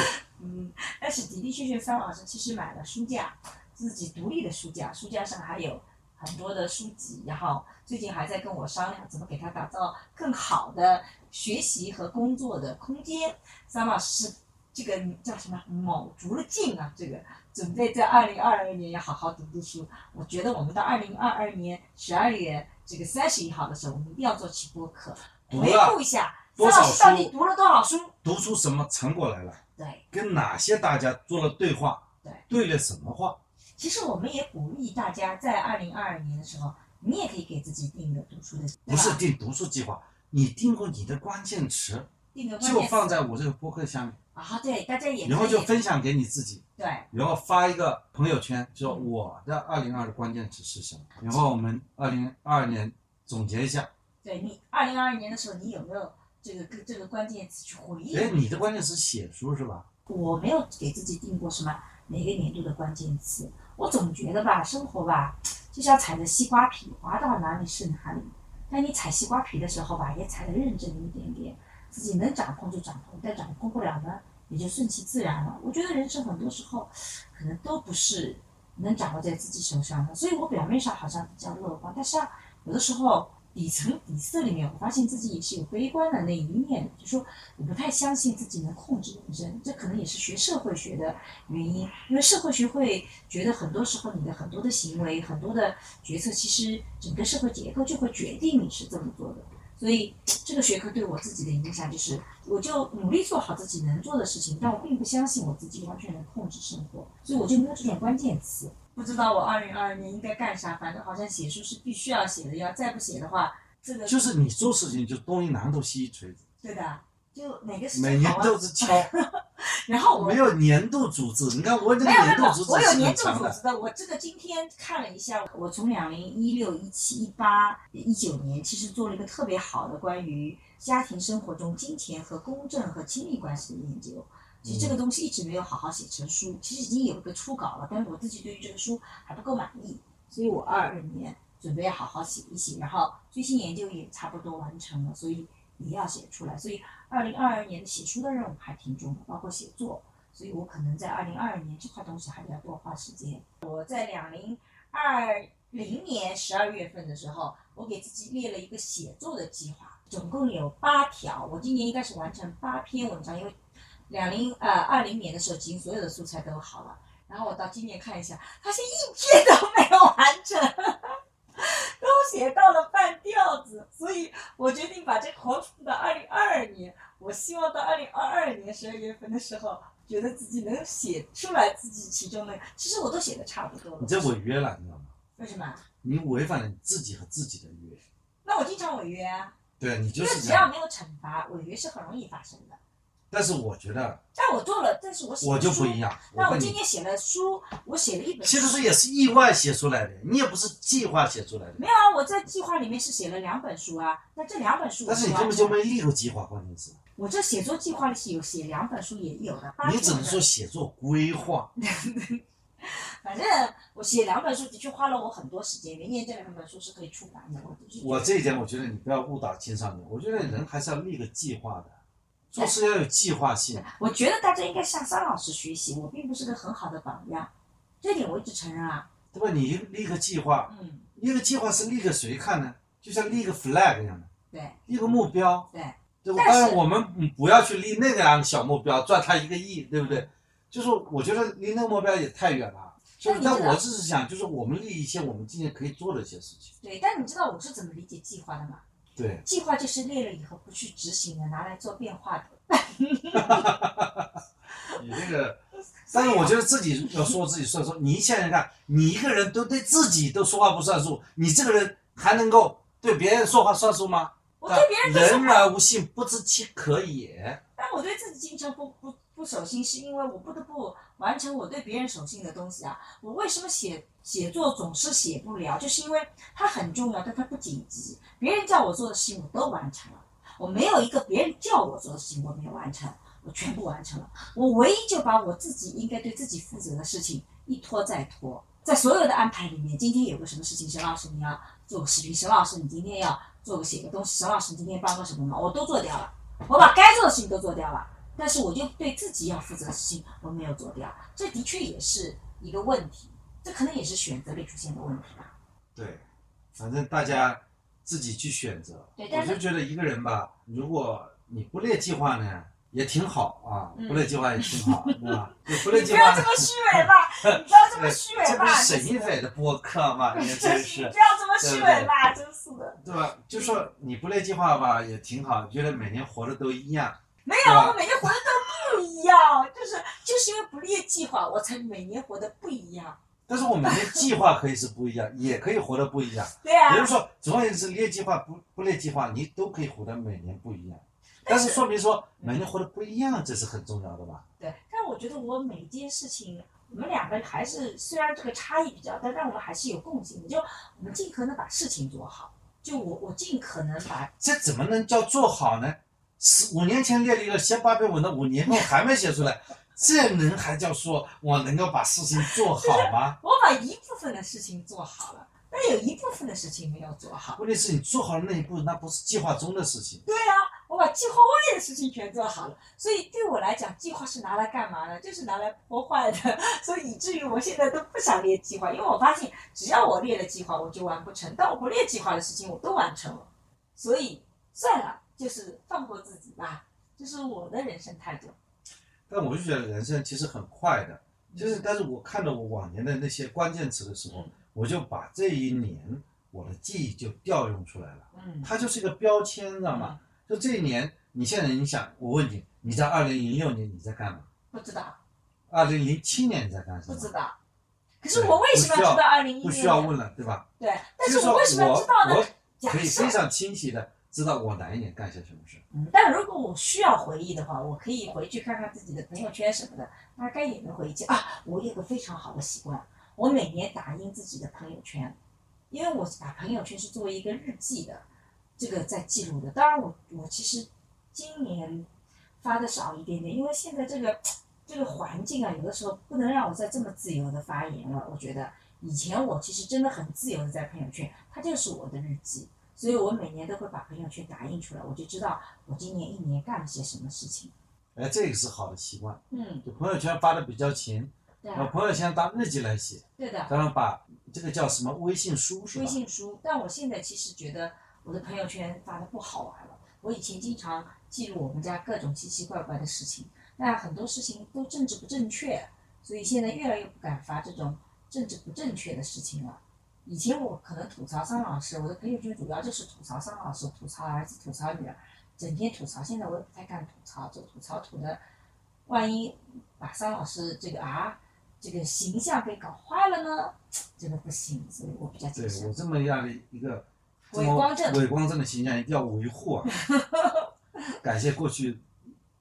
[SPEAKER 2] 嗯，但是的的确确，桑老师其实买了书架，自己独立的书架，书架上还有很多的书籍，然后最近还在跟我商量怎么给他打造更好的学习和工作的空间。桑老师这个叫什么卯足了劲啊，这个准备在二零二二年要好好读读书。我觉得我们到二零二二年十二月这个三十一号的时候，我们一定要做起播客，
[SPEAKER 3] 读
[SPEAKER 2] 回
[SPEAKER 3] 了
[SPEAKER 2] 顾一下桑
[SPEAKER 3] 多
[SPEAKER 2] 老
[SPEAKER 3] 少
[SPEAKER 2] 师到
[SPEAKER 3] 书
[SPEAKER 2] 底读了多少书。
[SPEAKER 3] 读出什么成果来了，
[SPEAKER 2] 对。
[SPEAKER 3] 跟哪些大家做了对话，
[SPEAKER 2] 对
[SPEAKER 3] 了什么话，
[SPEAKER 2] 其实我们也鼓励大家在二零二二年的时候，你也可以给自己定一个读书的，
[SPEAKER 3] 不
[SPEAKER 2] 对
[SPEAKER 3] 是
[SPEAKER 2] 吧
[SPEAKER 3] 定读书计划，你定过你的关键词，
[SPEAKER 2] 定个关
[SPEAKER 3] 就
[SPEAKER 2] 键词
[SPEAKER 3] 放在我这个播客下面，
[SPEAKER 2] 啊，对，大家也可以
[SPEAKER 3] 然后就分享给你自己，
[SPEAKER 2] 对，
[SPEAKER 3] 然后发一个朋友圈，说
[SPEAKER 2] 嗯
[SPEAKER 3] 我的二零二的关键词是什么，然后我们二零二年总结一下，
[SPEAKER 2] 对你二零二二年的时候，你有没有这个跟这个关键词去回
[SPEAKER 3] 哎，
[SPEAKER 2] 应？
[SPEAKER 3] 你的关键词写书是吧？
[SPEAKER 2] 我没有给自己定过什么哪个年度的关键词，我总觉得吧，生活吧就像踩着西瓜皮，滑到哪里是哪里。但你踩西瓜皮的时候吧，也踩得认真一点点，自己能掌控就掌控，但掌控不了呢，也就顺其自然了。我觉得人生很多时候可能都不是能掌握在自己手上的。所以我表面上好像比较乐观，但是啊，有的时候底层底色里面，我发现自己也是有悲观的那一面的，就说我不太相信自己能控制人生，这可能也是学社会学的原因，因为社会学会觉得很多时候你的很多的行为、很多的决策，其实整个社会结构就会决定你是这么做的。所以这个学科对我自己的影响就是，我就努力做好自己能做的事情，但我并不相信我自己完全能控制生活，所以我就没有这种关键词。不知道我二零二二年应该干啥，反正好像写书是必须要写的，要再不写的话，这个
[SPEAKER 3] 就是你做事情就东一榔头西一锤子，
[SPEAKER 2] 对的，就哪个是
[SPEAKER 3] 每
[SPEAKER 2] 最
[SPEAKER 3] 年
[SPEAKER 2] 好啊
[SPEAKER 3] 都是敲，
[SPEAKER 2] 然后 [laughs] 我
[SPEAKER 3] [laughs] 没有年度组织。你看我这个
[SPEAKER 2] 没有没
[SPEAKER 3] 年
[SPEAKER 2] 有
[SPEAKER 3] 度组，织
[SPEAKER 2] 哎我有
[SPEAKER 3] 是
[SPEAKER 2] 年
[SPEAKER 3] 很
[SPEAKER 2] 度
[SPEAKER 3] 长
[SPEAKER 2] 组
[SPEAKER 3] 的，
[SPEAKER 2] 织的。我这个今天看了一下，我从两零一六、一七、一八、一九年，其实做了一个特别好的关于家庭生活中金钱和公正和亲密关系的研究。其实这个东西一直没有好好写成书，其实已经有一个初稿了，但是我自己对于这个书还不够满意，所以我二二年准备要好好写一写，然后最新研究也差不多完成了，所以也要写出来。所以二零二二年的写书的任务还挺重的，包括写作。所以我可能在二零二二年这块东西还得要多花时间。我在两零二零年十二月份的时候，我给自己列了一个写作的计划，总共有八条。我今年应该是完成八篇文章，因为两零呃二零年的时候，已经所有的素材都好了。然后我到今年看一下，发现一篇都没有完成，都写到了半吊子。所以我决定把这个活动到二零二二年。我希望到二零二二年十二月份的时候，觉得自己能写出来自己其中的，其实我都写的差不多了。
[SPEAKER 3] 你这违约了，你知道吗？
[SPEAKER 2] 为什么？啊
[SPEAKER 3] 你违反了你自己和自己的约。
[SPEAKER 2] 那我经常违约啊，
[SPEAKER 3] 对你
[SPEAKER 2] 因
[SPEAKER 3] 就
[SPEAKER 2] 为
[SPEAKER 3] 是
[SPEAKER 2] 只
[SPEAKER 3] 这
[SPEAKER 2] 要
[SPEAKER 3] 样。
[SPEAKER 2] 没有惩罚，违约是很容易发生的。
[SPEAKER 3] 但是我觉得
[SPEAKER 2] 但我做了，但是我写
[SPEAKER 3] 我就不
[SPEAKER 2] 书
[SPEAKER 3] 一。样，
[SPEAKER 2] 那我
[SPEAKER 3] 跟
[SPEAKER 2] 今
[SPEAKER 3] 你
[SPEAKER 2] 天写了书，我写了一本书。
[SPEAKER 3] 其实也是意外写出来的，你也不是计划写出来的
[SPEAKER 2] 没。有啊，我在计划里面是写了两本书啊。那这两本书我
[SPEAKER 3] 但
[SPEAKER 2] 是
[SPEAKER 3] 是你
[SPEAKER 2] 完
[SPEAKER 3] 根
[SPEAKER 2] 成
[SPEAKER 3] 本
[SPEAKER 2] 的，
[SPEAKER 3] 就没立过计划，关键是，
[SPEAKER 2] 我这写作计划里是有写两本书也有的。八
[SPEAKER 3] 你
[SPEAKER 2] 篇
[SPEAKER 3] 只能
[SPEAKER 2] 文章
[SPEAKER 3] 说写作规划。
[SPEAKER 2] 反正我写两本书的确花了我很多时间，明年这两本书是可以出版的。我就是
[SPEAKER 3] 我这一点，我觉得你不要误导青少年。我觉得人还是要立个计划的，做事要有计划性。
[SPEAKER 2] 我觉得大家应该向桑老师学习，我并不是个很好的榜样，这点我一直承认啊。
[SPEAKER 3] 对吧？你立个计划，
[SPEAKER 2] 嗯，
[SPEAKER 3] 立个计划是立给谁看呢？就像立个 flag 一样的，
[SPEAKER 2] 对
[SPEAKER 3] 立个目标。
[SPEAKER 2] 对，
[SPEAKER 3] 对吧？
[SPEAKER 2] 但是
[SPEAKER 3] 当然，我们不要去立那个样的小目标，赚他一个亿，对不对？就是我觉得离那个目标也太远了。就是，
[SPEAKER 2] 但
[SPEAKER 3] 但
[SPEAKER 2] 你知道
[SPEAKER 3] 我只是想，就是我们立一些我们今年可以做的一些事情。
[SPEAKER 2] 对。但你知道我是怎么理解计划的吗？
[SPEAKER 3] 对，
[SPEAKER 2] 计划就是列了以后不去执行的，拿来做变化的。
[SPEAKER 3] 你那个，但是我
[SPEAKER 2] 啊
[SPEAKER 3] 觉得自己要说自己算数。你想想看，你一个人都对自己都说话不算数，你这个人还能够对别人说话算数吗？
[SPEAKER 2] 我对别人都是
[SPEAKER 3] 人而无信，不知其可也。
[SPEAKER 2] 但我对自己经常不不不守信，是因为我不得不完成我对别人守信的东西啊。我为什么写写作总是写不了，就是因为它很重要，但它不紧急。别人叫我做的事情我都完成了，我没有一个别人叫我做的事情我没有完成，我全部完成了。我唯一就把我自己应该对自己负责的事情一拖再拖。在所有的安排里面，今天有个什么事情，沈老师你要做个视频，沈老师你今天要做个写个东西，沈老师你今天帮个什么忙，我都做掉了。我把该做的事情都做掉了，但是我就对自己要负责的事情我没有做掉，这的确也是一个问题，这可能也是选择里出现的问题吧。
[SPEAKER 3] 对，反正大家自己去选择。
[SPEAKER 2] 对
[SPEAKER 3] 我
[SPEAKER 2] 但是
[SPEAKER 3] 就觉得一个人吧，如果你不列计划呢，也挺好啊，
[SPEAKER 2] 嗯
[SPEAKER 3] 不列计划也挺
[SPEAKER 2] [laughs]
[SPEAKER 3] 好，对吧？就不
[SPEAKER 2] [laughs]
[SPEAKER 3] 列
[SPEAKER 2] 你不
[SPEAKER 3] 计划哎
[SPEAKER 2] 要这，么虚伪吧，你不要这么虚伪
[SPEAKER 3] 这不
[SPEAKER 2] 吧，
[SPEAKER 3] 是沈一
[SPEAKER 2] 真
[SPEAKER 3] 斐的播客
[SPEAKER 2] [laughs]
[SPEAKER 3] 吗？你
[SPEAKER 2] 是
[SPEAKER 3] 真
[SPEAKER 2] 你
[SPEAKER 3] 是
[SPEAKER 2] 不。要这么虚伪吧，真是的。
[SPEAKER 3] 对吧？就说你不列计划吧，也挺好，觉得每年活的都一样。
[SPEAKER 2] 没
[SPEAKER 3] 对
[SPEAKER 2] 有，
[SPEAKER 3] 吧
[SPEAKER 2] 我每年活得都不一样，就是就是因为不列计划，我才每年活得不一样。
[SPEAKER 3] 但是我每年计划可以是不一样， [laughs] 也可以活得不一样。
[SPEAKER 2] 对啊
[SPEAKER 3] 也，就是说，总而言之，列计划不不列计划，你都可以活得每年不一样。但是说明说每年活得不一样，这是很重要的吧？
[SPEAKER 2] 对，但我觉得我每件事情，我们两个还是虽然这个差异比较大，但我们还是有共性的，就我们尽可能把事情做好。就我我尽可能把
[SPEAKER 3] 这怎么能叫做好呢？十五年前列了一个写八篇文章，五年后还没写出来， [laughs] 这能还叫说我能够把事情做好吗？ [laughs]
[SPEAKER 2] 我把一部分的事情做好了，但有一部分的事情没有做好。
[SPEAKER 3] 问题是你做好了那一步，那不是计划中的事情。
[SPEAKER 2] 我把把计划外的事情全做好了。所以对我来讲，计划是拿来干嘛呢？就是拿来破坏的。所以以至于我现在都不想列计划，因为我发现只要我列了计划，我就完不成；但我不列计划的事情，我都完成了。所以算了，就是放过自己吧，这、就是我的人生态度。
[SPEAKER 3] 但我就觉得人生其实很快的，就是但是我看到我往年的那些关键词的时
[SPEAKER 2] 嗯
[SPEAKER 3] 候，我就把这一年我的记忆就调用出来了。
[SPEAKER 2] 嗯
[SPEAKER 3] 它就是一个标签，知道吗？就这一年，你现在你想，我问你，你在二零零六年你在干嘛？
[SPEAKER 2] 不知道，
[SPEAKER 3] 二零零七年你在干什
[SPEAKER 2] 不
[SPEAKER 3] 么？
[SPEAKER 2] 知道。可是我为什么要知道二零一
[SPEAKER 3] 不
[SPEAKER 2] 六
[SPEAKER 3] 需要
[SPEAKER 2] 年？
[SPEAKER 3] 问了，对吧？
[SPEAKER 2] 对，但
[SPEAKER 3] 就是是说
[SPEAKER 2] 我为什么要知道呢？
[SPEAKER 3] 我
[SPEAKER 2] 假
[SPEAKER 3] 可以
[SPEAKER 2] 设
[SPEAKER 3] 非常清晰的知道我哪一年干些什么事。
[SPEAKER 2] 嗯但如果我需要回忆的话，我可以回去看看自己的朋友圈什么的，大概也能回忆起啊。我有个非常好的习惯，我每年打印自己的朋友圈，因为我把朋友圈是作为一个日记的，这个在记录的。当然我，我其实今年发的少一点点，因为现在这个这个环境啊，有的时候不能让我再这么自由的发言了。我觉得以前我其实真的很自由的在朋友圈，它就是我的日记。所以我每年都会把朋友圈打印出来，我就知道我今年一年干了些什么事情。
[SPEAKER 3] 哎，这个是好的习惯。
[SPEAKER 2] 嗯，
[SPEAKER 3] 就朋友圈发的比较勤，
[SPEAKER 2] 对
[SPEAKER 3] 然后
[SPEAKER 2] 啊，
[SPEAKER 3] 朋友圈当日记来写，
[SPEAKER 2] 对的，
[SPEAKER 3] 当然把这个叫什么微信书是吧
[SPEAKER 2] 微？信书。但我现在其实觉得我的朋友圈发的不好玩了。我以前经常记录我们家各种奇奇怪怪的事情，那很多事情都政治不正确，所以现在越来越不敢发这种政治不正确的事情了。以前我可能吐槽桑老师，我的朋友圈主要就是吐槽桑老师，吐槽儿子，吐槽女儿，整天吐槽。现在我也不太敢吐槽，这吐槽吐的，万一把桑老师这个啊这个形象给搞坏了呢，这个不行，所以我比较
[SPEAKER 3] 对
[SPEAKER 2] 谨慎
[SPEAKER 3] 我。这么样的一个这
[SPEAKER 2] 伪
[SPEAKER 3] 么
[SPEAKER 2] 光正
[SPEAKER 3] 伪光正的形象一定要维护啊！感谢过去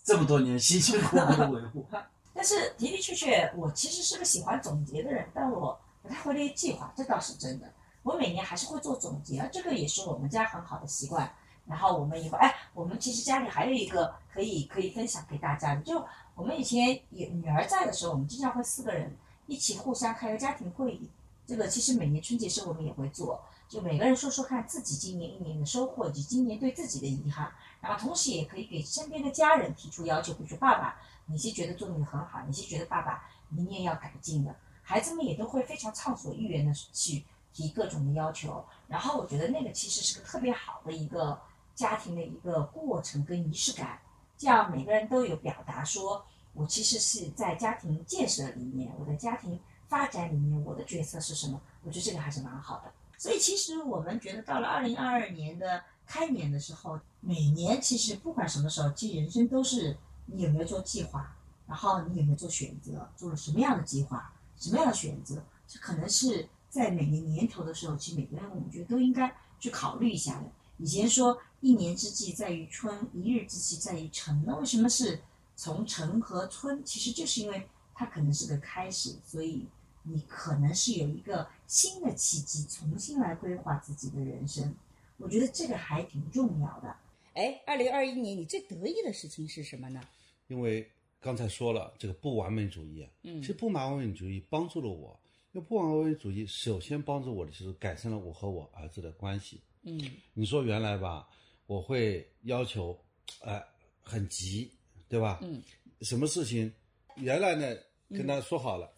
[SPEAKER 3] 这么多年辛辛苦苦的维护。
[SPEAKER 2] 但是的的确确，我其实是个喜欢总结的人，但我不太会列计划，这倒是真的。我每年还是会做总结，这个也是我们家很好的习惯。然后我们以后，哎，我们其实家里还有一个可以可以分享给大家的，就我们以前也女儿在的时候，我们经常会四个人一起互相开个家庭会议。这个其实每年春节时我们也会做，就每个人说说看自己今年一年的收获以及今年对自己的遗憾，然后同时也可以给身边的家人提出要求，比如说爸爸，你是觉得做的你很好，你是觉得爸爸明年要改进的，孩子们也都会非常畅所欲言的去提各种的要求。然后我觉得那个其实是个特别好的一个家庭的一个过程跟仪式感，这样每个人都有表达说，我其实是在家庭建设里面，我的家庭发展里面，我的角色是什么？我觉得这个还是蛮好的。所以其实我们觉得到了二零二二年的开年的时候，每年其实不管什么时候，其实人生都是你有没有做计划，然后你有没有做选择，做了什么样的计划，什么样的选择，这可能是在每年年头的时候，其实每个人我们觉得都应该去考虑一下的。以前说一年之计在于春，一日之计在于晨，那为什么是从晨和春？其实就是因为它可能是个开始，所以你可能是有一个新的契机，重新来规划自己的人生。我觉得这个还挺重要的。
[SPEAKER 4] 哎，二零二一年你最得意的事情是什么呢？
[SPEAKER 5] 因为刚才说了这个不完美主义，啊
[SPEAKER 4] 嗯
[SPEAKER 5] 其实不完美主义帮助了我。因为不完美主义首先帮助我的就是改善了我和我儿子的关系。
[SPEAKER 4] 嗯
[SPEAKER 5] 你说原来吧，我会要求，呃，很急，对吧？
[SPEAKER 4] 嗯，
[SPEAKER 5] 什么事情，原来呢跟他说好了，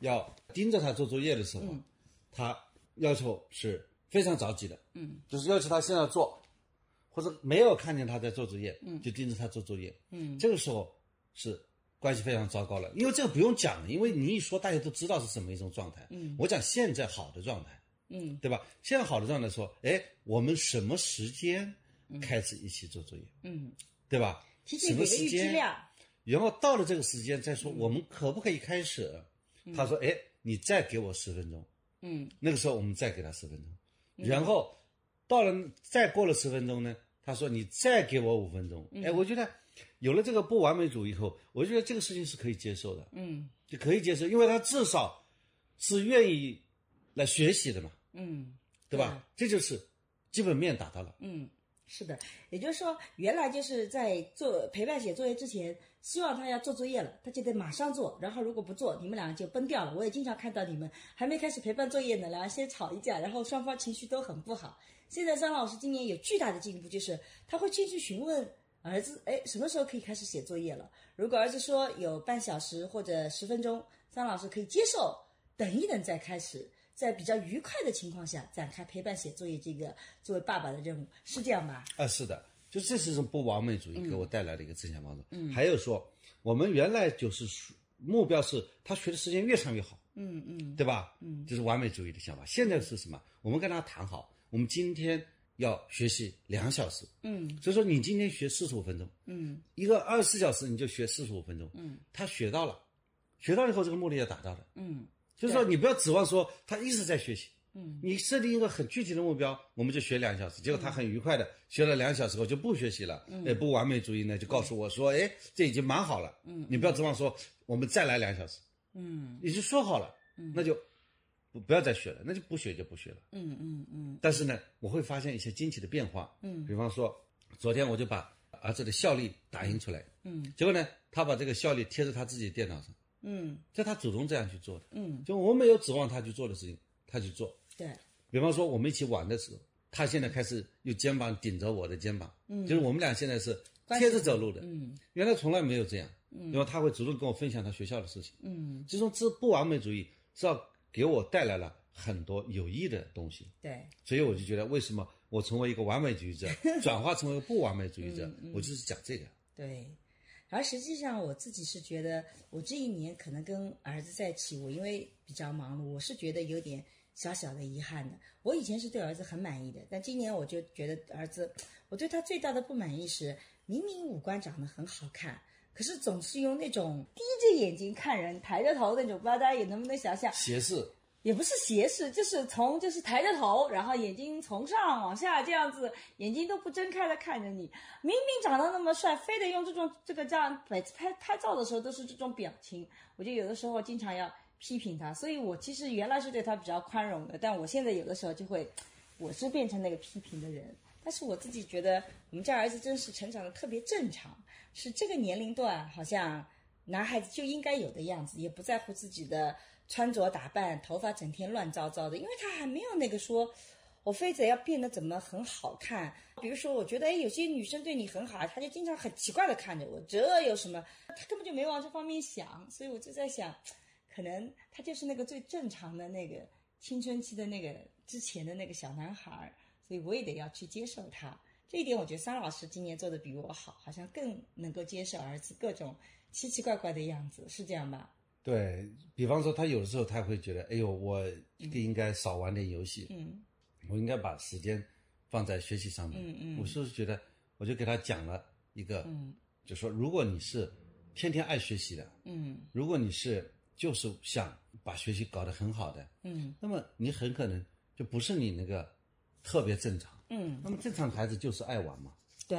[SPEAKER 5] 要盯着他做作业的时候，
[SPEAKER 4] 嗯
[SPEAKER 5] 他要求是非常着急的，
[SPEAKER 4] 嗯
[SPEAKER 5] 就是要求他现在做，或者没有看见他在做作业，
[SPEAKER 4] 嗯
[SPEAKER 5] 就盯着他做作业。
[SPEAKER 4] 嗯，
[SPEAKER 5] 这个时候是关系非常糟糕了，因为这个不用讲了，因为你一说大家都知道是什么一种状态。
[SPEAKER 4] 嗯
[SPEAKER 5] 我讲现在好的状态，
[SPEAKER 4] 嗯
[SPEAKER 5] 对吧？现在好的状态说，哎，我们什么时间开始一起做作业，
[SPEAKER 4] 嗯，
[SPEAKER 5] 对吧？
[SPEAKER 4] 提前
[SPEAKER 5] 什
[SPEAKER 4] 给
[SPEAKER 5] 么
[SPEAKER 4] 个
[SPEAKER 5] 时
[SPEAKER 4] 预知
[SPEAKER 5] 间？
[SPEAKER 4] 量，
[SPEAKER 5] 然后到了这个时间再说，我们可不可以开始？他说，哎，你再给我十分钟。
[SPEAKER 4] 嗯
[SPEAKER 5] 那个时候我们再给他十分钟，然后到了再过了十分钟呢，他说你再给我五分钟。哎，我觉得有了这个不完美主义后，我觉得这个事情是可以接受的，
[SPEAKER 4] 嗯
[SPEAKER 5] 就可以接受，因为他至少是愿意来学习的嘛，
[SPEAKER 4] 嗯
[SPEAKER 5] 对吧？这就是基本面达到了。
[SPEAKER 4] 嗯，是的，也就是说，原来就是在做陪伴写作业之前，希望他要做作业了，他就得马上做，然后如果不做，你们俩就崩掉了。我也经常看到你们还没开始陪伴作业呢，然后先吵一架，然后双方情绪都很不好。现在张老师今年有巨大的进步，就是他会先去询问儿子哎什么时候可以开始写作业了？如果儿子说有半小时或者十分钟，张老师可以接受，等一等再开始，在比较愉快的情况下展开陪伴写作业这个作为爸爸的任务，是这样吧？
[SPEAKER 5] 啊，是的，就这是一种不完美
[SPEAKER 4] 嗯
[SPEAKER 5] 主义给我带来的一个正向帮助。嗯，还有说，我们原来就是说目标是他学的时间越长越好，
[SPEAKER 4] 嗯嗯
[SPEAKER 5] 对吧？
[SPEAKER 4] 嗯
[SPEAKER 5] 这是完美主义的想法。现在是什么？我们跟他谈好，我们今天要学习两小时，
[SPEAKER 4] 嗯
[SPEAKER 5] 所以说你今天学四十五分钟，
[SPEAKER 4] 嗯
[SPEAKER 5] 一个二十四小时你就学四十五分钟，
[SPEAKER 4] 嗯
[SPEAKER 5] 他学到了，学到以后这个目的要达到的，
[SPEAKER 4] 嗯
[SPEAKER 5] 就是说你不要指望说他一直在学习，
[SPEAKER 4] 嗯
[SPEAKER 5] 你设定一个很具体的目标，我们就学两小时，结果他很愉快的学了两小时后就不学习了，
[SPEAKER 4] 嗯
[SPEAKER 5] 也不完美主义呢就告诉我说，哎，这已经蛮好了，
[SPEAKER 4] 嗯
[SPEAKER 5] 你不要指望说我们再来两小时，
[SPEAKER 4] 嗯
[SPEAKER 5] 已经说好了，
[SPEAKER 4] 嗯
[SPEAKER 5] 那就不不要再学了，那就不学就不学了。
[SPEAKER 4] 嗯嗯嗯
[SPEAKER 5] 但是呢，我会发现一些惊奇的变化，
[SPEAKER 4] 嗯
[SPEAKER 5] 比方说，昨天我就把儿子的效率打印出来，
[SPEAKER 4] 嗯
[SPEAKER 5] 结果呢，他把这个效率贴在他自己的电脑上，
[SPEAKER 4] 嗯
[SPEAKER 5] 这他主动这样去做的，
[SPEAKER 4] 嗯，
[SPEAKER 5] 就我没有指望他去做的事情，他去做。
[SPEAKER 4] 对，
[SPEAKER 5] 比方说我们一起玩的时候，他现在开始用肩膀顶着我的肩膀，
[SPEAKER 4] 嗯
[SPEAKER 5] 就是我们俩现在是
[SPEAKER 4] 关系
[SPEAKER 5] 贴着走路的，
[SPEAKER 4] 嗯
[SPEAKER 5] 原来从来没有这样。
[SPEAKER 4] 嗯
[SPEAKER 5] 然后他会主动跟我分享他学校的事情，
[SPEAKER 4] 嗯
[SPEAKER 5] 这种这不完美主义是要给我带来了很多有益的东西，
[SPEAKER 4] 对，
[SPEAKER 5] 所以我就觉得为什么我成为一个完美主
[SPEAKER 4] [laughs]
[SPEAKER 5] 义者，转化成为一个不完美主义者，
[SPEAKER 4] 嗯嗯
[SPEAKER 5] 我就是讲这个。
[SPEAKER 4] 对，而实际上我自己是觉得，我这一年可能跟儿子在一起，我因为比较忙碌，我是觉得有点小小的遗憾的。我以前是对儿子很满意的，但今年我就觉得儿子，我对他最大的不满意是，明明五官长得很好看。可是总是用那种低着眼睛看人、抬着头那种，不知道大家也能不能想象，
[SPEAKER 5] 斜视，
[SPEAKER 4] 也不是斜视，就是从就是抬着头，然后眼睛从上往下这样子，眼睛都不睁开的看着你。明明长得那么帅，非得用这种这个这样，每次拍拍照的时候都是这种表情，我就有的时候经常要批评他。所以我其实原来是对他比较宽容的，但我现在有的时候就会，我是变成那个批评的人。但是我自己觉得，我们家儿子真是成长的特别正常，是这个年龄段好像男孩子就应该有的样子，也不在乎自己的穿着打扮，头发整天乱糟糟的，因为他还没有那个说，我非得要变得怎么很好看。比如说，我觉得哎，有些女生对你很好，啊她就经常很奇怪的看着我，这有什么？她根本就没往这方面想，所以我就在想，可能他就是那个最正常的那个青春期的那个之前的那个小男孩儿，所以我也得要去接受他。这一点，我觉得桑老师今年做的比我好，好像更能够接受儿子各种奇奇怪怪的样子，是这样吧？
[SPEAKER 5] 对比方说，他有的时候他会觉得，哎呦，我应该少玩点游戏，
[SPEAKER 4] 嗯
[SPEAKER 5] 我应该把时间放在学习上面。
[SPEAKER 4] 嗯嗯
[SPEAKER 5] 我是觉得，我就给他讲了一个，
[SPEAKER 4] 嗯
[SPEAKER 5] 就说如果你是天天爱学习的，
[SPEAKER 4] 嗯
[SPEAKER 5] 如果你是就是想把学习搞得很好的，
[SPEAKER 4] 嗯
[SPEAKER 5] 那么你很可能就不是你那个特别正常。
[SPEAKER 4] 嗯，
[SPEAKER 5] 那么正常孩子就是爱玩嘛。
[SPEAKER 4] 对，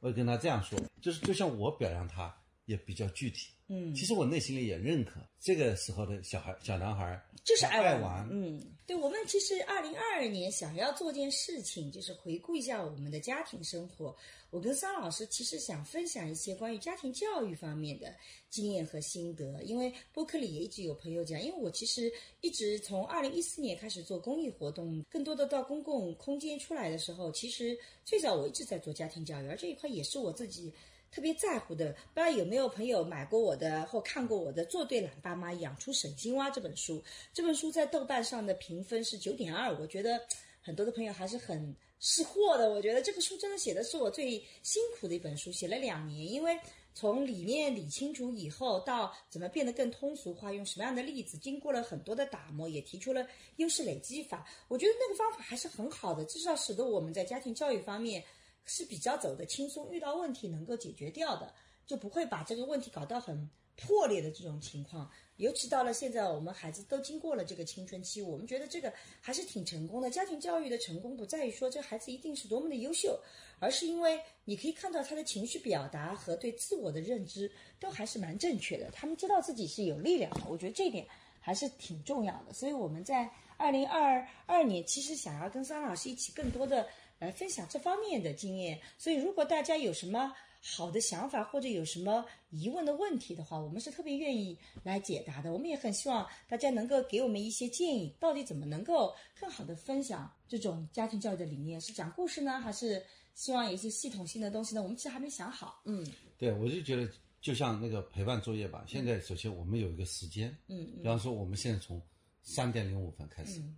[SPEAKER 5] 我就跟他这样说，就是就像我表扬他也比较具体。
[SPEAKER 4] 嗯，
[SPEAKER 5] 其实我内心里也认可，这个时候的小孩小男孩儿
[SPEAKER 4] 就是
[SPEAKER 5] 他
[SPEAKER 4] 爱
[SPEAKER 5] 爱
[SPEAKER 4] 玩。嗯，对，我们其实二零二二年想要做件事情，就是回顾一下我们的家庭生活。我跟桑老师其实想分享一些关于家庭教育方面的经验和心得，因为播客里也一直有朋友讲，因为我其实一直从二零一四年开始做公益活动，更多的到公共空间出来的时候，其实最早我一直在做家庭教育，而这一块也是我自己。特别在乎的，不知道有没有朋友买过我的或看过我的《做对懒爸妈养出省心蛙》这本书？这本书在豆瓣上的评分是九点二，我觉得很多的朋友还是很识货的。我觉得这个书真的写的是我最辛苦的一本书，写了两年，因为从理念理清楚以后，到怎么变得更通俗化，用什么样的例子，经过了很多的打磨，也提出了优势累积法。我觉得那个方法还是很好的，至少使得我们在家庭教育方面是比较走得轻松，遇到问题能够解决掉的，就不会把这个问题搞到很破裂的这种情况。尤其到了现在，我们孩子都经过了这个青春期，我们觉得这个还是挺成功的。家庭教育的成功不在于说这孩子一定是多么的优秀，而是因为你可以看到他的情绪表达和对自我的认知都还是蛮正确的，他们知道自己是有力量的。我觉得这一点还是挺重要的。所以我们在二零二二年，其实想要跟桑老师一起更多的来分享这方面的经验。所以如果大家有什么好的想法或者有什么疑问的问题的话，我们是特别愿意来解答的。我们也很希望大家能够给我们一些建议，到底怎么能够更好的分享这种家庭教育的理念？是讲故事呢，还是希望有一些系统性的东西呢，我们其实还没想好。嗯
[SPEAKER 5] 对，我就觉得就像那个陪伴作业吧，现在首先我们有一个时间，
[SPEAKER 4] 嗯
[SPEAKER 5] 比
[SPEAKER 4] 嗯
[SPEAKER 5] 方说我们现在从三点零五分开始，
[SPEAKER 4] 嗯，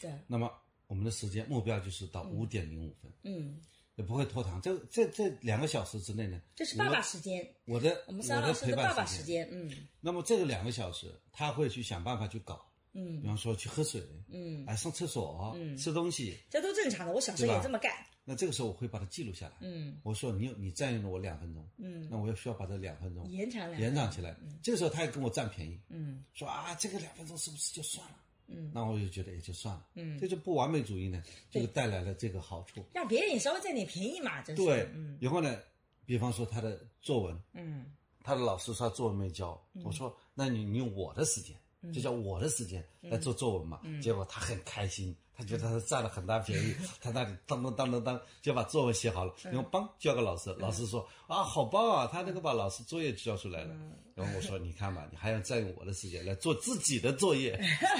[SPEAKER 4] 对，
[SPEAKER 5] 那么我们的时间目标就是到五点零五分，
[SPEAKER 4] 嗯，
[SPEAKER 5] 也不会拖堂。这这这两个小时之内呢，
[SPEAKER 4] 这是爸爸时间，
[SPEAKER 5] 我的
[SPEAKER 4] 我们沙老
[SPEAKER 5] 的
[SPEAKER 4] 师
[SPEAKER 5] 陪
[SPEAKER 4] 的
[SPEAKER 5] 伴
[SPEAKER 4] 爸爸时。间。嗯
[SPEAKER 5] 那么这个两个小时，他会去想办法去搞，比
[SPEAKER 4] 嗯
[SPEAKER 5] 方说去喝水，
[SPEAKER 4] 嗯，
[SPEAKER 5] 哎，上厕所，
[SPEAKER 4] 嗯
[SPEAKER 5] 吃东西。
[SPEAKER 4] 这都正常的，我小时候
[SPEAKER 5] 对吧
[SPEAKER 4] 也这么干。
[SPEAKER 5] 那这个时候我会把它记录下来。
[SPEAKER 4] 嗯
[SPEAKER 5] 我说你有你占用了我两分钟，那
[SPEAKER 4] 嗯，
[SPEAKER 5] 我也需要把这两分钟
[SPEAKER 4] 延长两
[SPEAKER 5] 延长起来。
[SPEAKER 4] 嗯
[SPEAKER 5] 这个时候他也跟我占便宜，
[SPEAKER 4] 嗯
[SPEAKER 5] 说啊，这个两分钟是不是就算了？
[SPEAKER 4] 嗯
[SPEAKER 5] 那我就觉得也哎就算了。
[SPEAKER 4] 嗯
[SPEAKER 5] 这，就不完美主义呢，
[SPEAKER 4] 对
[SPEAKER 5] 就带来了这个好处。
[SPEAKER 4] 让别人也稍微占点便宜嘛，真是。
[SPEAKER 5] 对
[SPEAKER 4] 嗯，
[SPEAKER 5] 然后呢，比方说他的作文，
[SPEAKER 4] 嗯
[SPEAKER 5] 他的老师说他作文没交，我说那你你用我的时间，就叫我的时间来做作文嘛。结果他很开心，他觉得他占了很大便宜，他那里当当当当当就把作文写好了，然后帮交给老师，老师说啊好棒啊，他能够把老师作业交出来了。然后我说你看吧，你还要占用我的时间来做自己的作业， [laughs]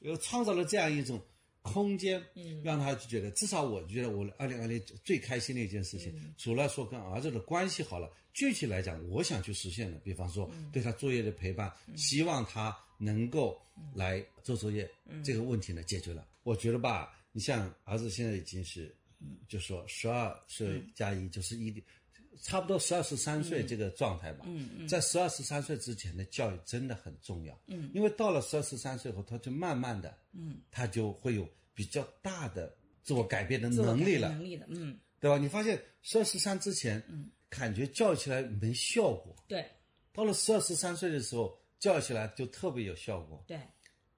[SPEAKER 5] 又创造了这样一种。空间，让他就觉得，至少我觉得我二零二零最开心的一件事情，除了说跟儿子的关系好了，具体来讲，我想去实现的，比方说对他作业的陪伴，希望他能够来做作业，这个问题呢解决了。我觉得吧，你像儿子现在已经是，就说十二岁加一就是一点。差不多十二十三岁这个状态吧，
[SPEAKER 4] 嗯
[SPEAKER 5] 在十二十三岁之前的教育真的很重要，嗯，因为到了十二十三岁后，他就慢慢的，
[SPEAKER 4] 嗯，
[SPEAKER 5] 他就会有比较大的自我改变的
[SPEAKER 4] 自我
[SPEAKER 5] 能力
[SPEAKER 4] 改变
[SPEAKER 5] 了，
[SPEAKER 4] 能力了。嗯，
[SPEAKER 5] 对吧？你发现十二十三之前，嗯，感觉教育起来没效果，
[SPEAKER 4] 对
[SPEAKER 5] 到了十二十三岁的时候，教育起来就特别有效果。
[SPEAKER 4] 对，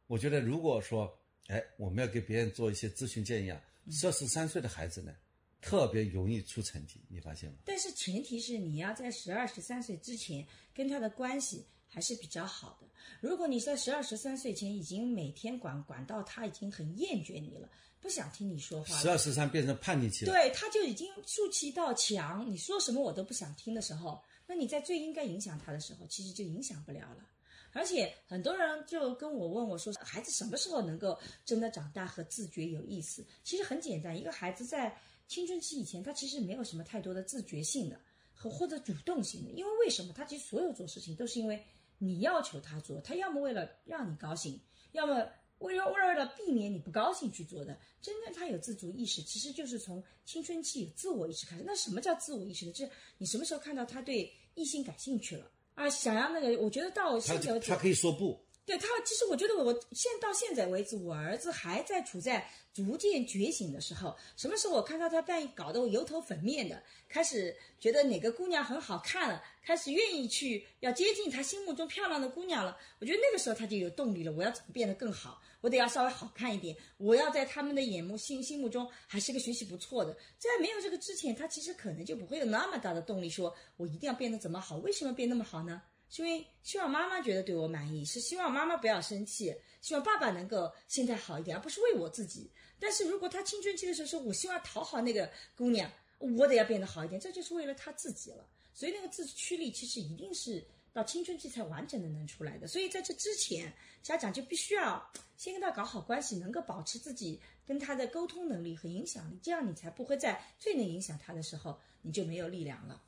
[SPEAKER 5] 我觉得如果说，哎，我们要给别人做一些咨询建议啊，十二十三岁的孩子呢，特别容易出成绩，你发现吗？
[SPEAKER 4] 但是前提是你要在十二十三岁之前跟他的关系还是比较好的。如果你在十二十三岁前已经每天管管到他已经很厌倦你了，不想听你说话
[SPEAKER 5] 十
[SPEAKER 4] 了，
[SPEAKER 5] 二十三变成叛逆期了，
[SPEAKER 4] 对，他就已经竖起一道墙，你说什么我都不想听的时候，那你在最应该影响他的时候，其实就影响不了了。而且很多人就跟我问我说，孩子什么时候能够真的长大和自觉有意思？其实很简单，一个孩子在青春期以前，他其实没有什么太多的自觉性的和或者主动性的，因为为什么？他其实所有做事情都是因为你要求他做，他要么为了让你高兴，要么为了为了避免你不高兴去做的。真正他有自主意识，其实就是从青春期有自我意识开始。那什么叫自我意识呢？就是你什么时候看到他对异性感兴趣了啊，想要那个？我觉得到
[SPEAKER 5] 他
[SPEAKER 4] 现在为止
[SPEAKER 5] 他可以说不，
[SPEAKER 4] 对他，其实我觉得我现到现在为止，我儿子还在处在逐渐觉醒的时候。什么时候我看到他半夜搞得我油头粉面的，开始觉得哪个姑娘很好看了，开始愿意去要接近他心目中漂亮的姑娘了，我觉得那个时候他就有动力了。我要怎么变得更好？我得要稍微好看一点，我要在他们的眼目心心目中还是个学习不错的。在没有这个之前，他其实可能就不会有那么大的动力说，我一定要变得怎么好？为什么变那么好呢？是因为希望妈妈觉得对我满意，是希望妈妈不要生气，希望爸爸能够心态好一点，而不是为我自己。但是如果他青春期的时候说，我希望讨好那个姑娘，我得要变得好一点，这就是为了他自己了。所以那个自驱力其实一定是到青春期才完整的能出来的。所以在这之前，家长就必须要先跟他搞好关系，能够保持自己跟他的沟通能力和影响力，这样你才不会在最能影响他的时候你就没有力量了。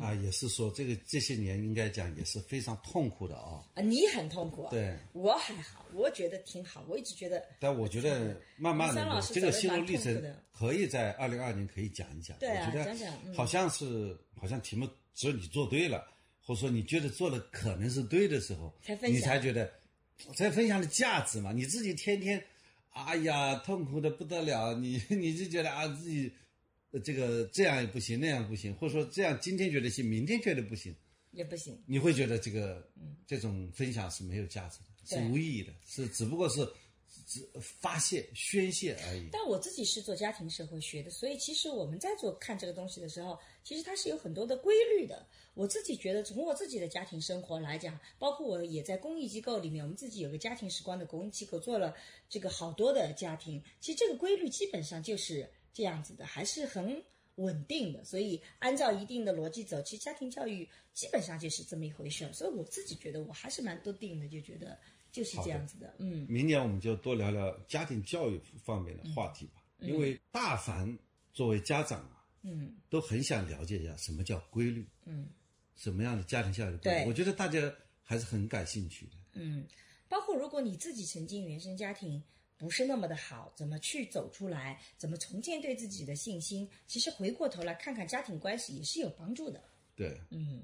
[SPEAKER 5] 啊，也是说这个这些年应该讲也是非常痛苦的啊。
[SPEAKER 4] 啊，你很痛苦，，
[SPEAKER 5] 对，
[SPEAKER 4] 我还好，我觉得挺好，我一直觉得，
[SPEAKER 5] 但我觉得慢慢
[SPEAKER 4] 三老
[SPEAKER 5] 的
[SPEAKER 4] 师
[SPEAKER 5] 这个
[SPEAKER 4] 走得
[SPEAKER 5] 心路
[SPEAKER 4] 蛮
[SPEAKER 5] 历
[SPEAKER 4] 痛苦
[SPEAKER 5] 程
[SPEAKER 4] 的
[SPEAKER 5] 可以在二零二零可以讲一讲。
[SPEAKER 4] 对啊
[SPEAKER 5] 我觉
[SPEAKER 4] 讲讲嗯
[SPEAKER 5] 得好像是好像题目只有你做对了，或者说你觉得做的可能是对的时候
[SPEAKER 4] 才，分享
[SPEAKER 5] 你才觉得才分享的价值嘛。你自己天天，哎呀，痛苦的不得了，你你就觉得啊自己。呃这个这样也不行，那样不行，或者说这样今天觉得行，明天觉得不行，
[SPEAKER 4] 也不行。
[SPEAKER 5] 你会觉得这个这种分享是没有价值的，
[SPEAKER 4] 嗯对
[SPEAKER 5] 是无意义的，是只不过是只发泄宣泄而已。
[SPEAKER 4] 但我自己是做家庭社会学的，所以其实我们在做看这个东西的时候，其实它是有很多的规律的。我自己觉得，从我自己的家庭生活来讲，包括我也在公益机构里面，我们自己有个家庭时光的公益机构，做了这个好多的家庭。其实这个规律基本上就是这样子的，还是很稳定的。所以按照一定的逻辑走，其实家庭教育基本上就是这么一回事儿。所以我自己觉得我还是蛮笃定的，就觉得就是这样子的。嗯
[SPEAKER 5] 明年我们就多聊聊家庭教育方面的话题吧，因为大凡作为家长啊，
[SPEAKER 4] 嗯
[SPEAKER 5] 都很想了解一下什么叫规律，
[SPEAKER 4] 嗯
[SPEAKER 5] 什么样的家庭教育的规律。
[SPEAKER 4] 对
[SPEAKER 5] 我觉得大家还是很感兴趣的。
[SPEAKER 4] 嗯，包括如果你自己曾经原生家庭不是那么的好，怎么去走出来，怎么重建对自己的信心，其实回过头来看看家庭关系也是有帮助的。
[SPEAKER 5] 对
[SPEAKER 4] 嗯。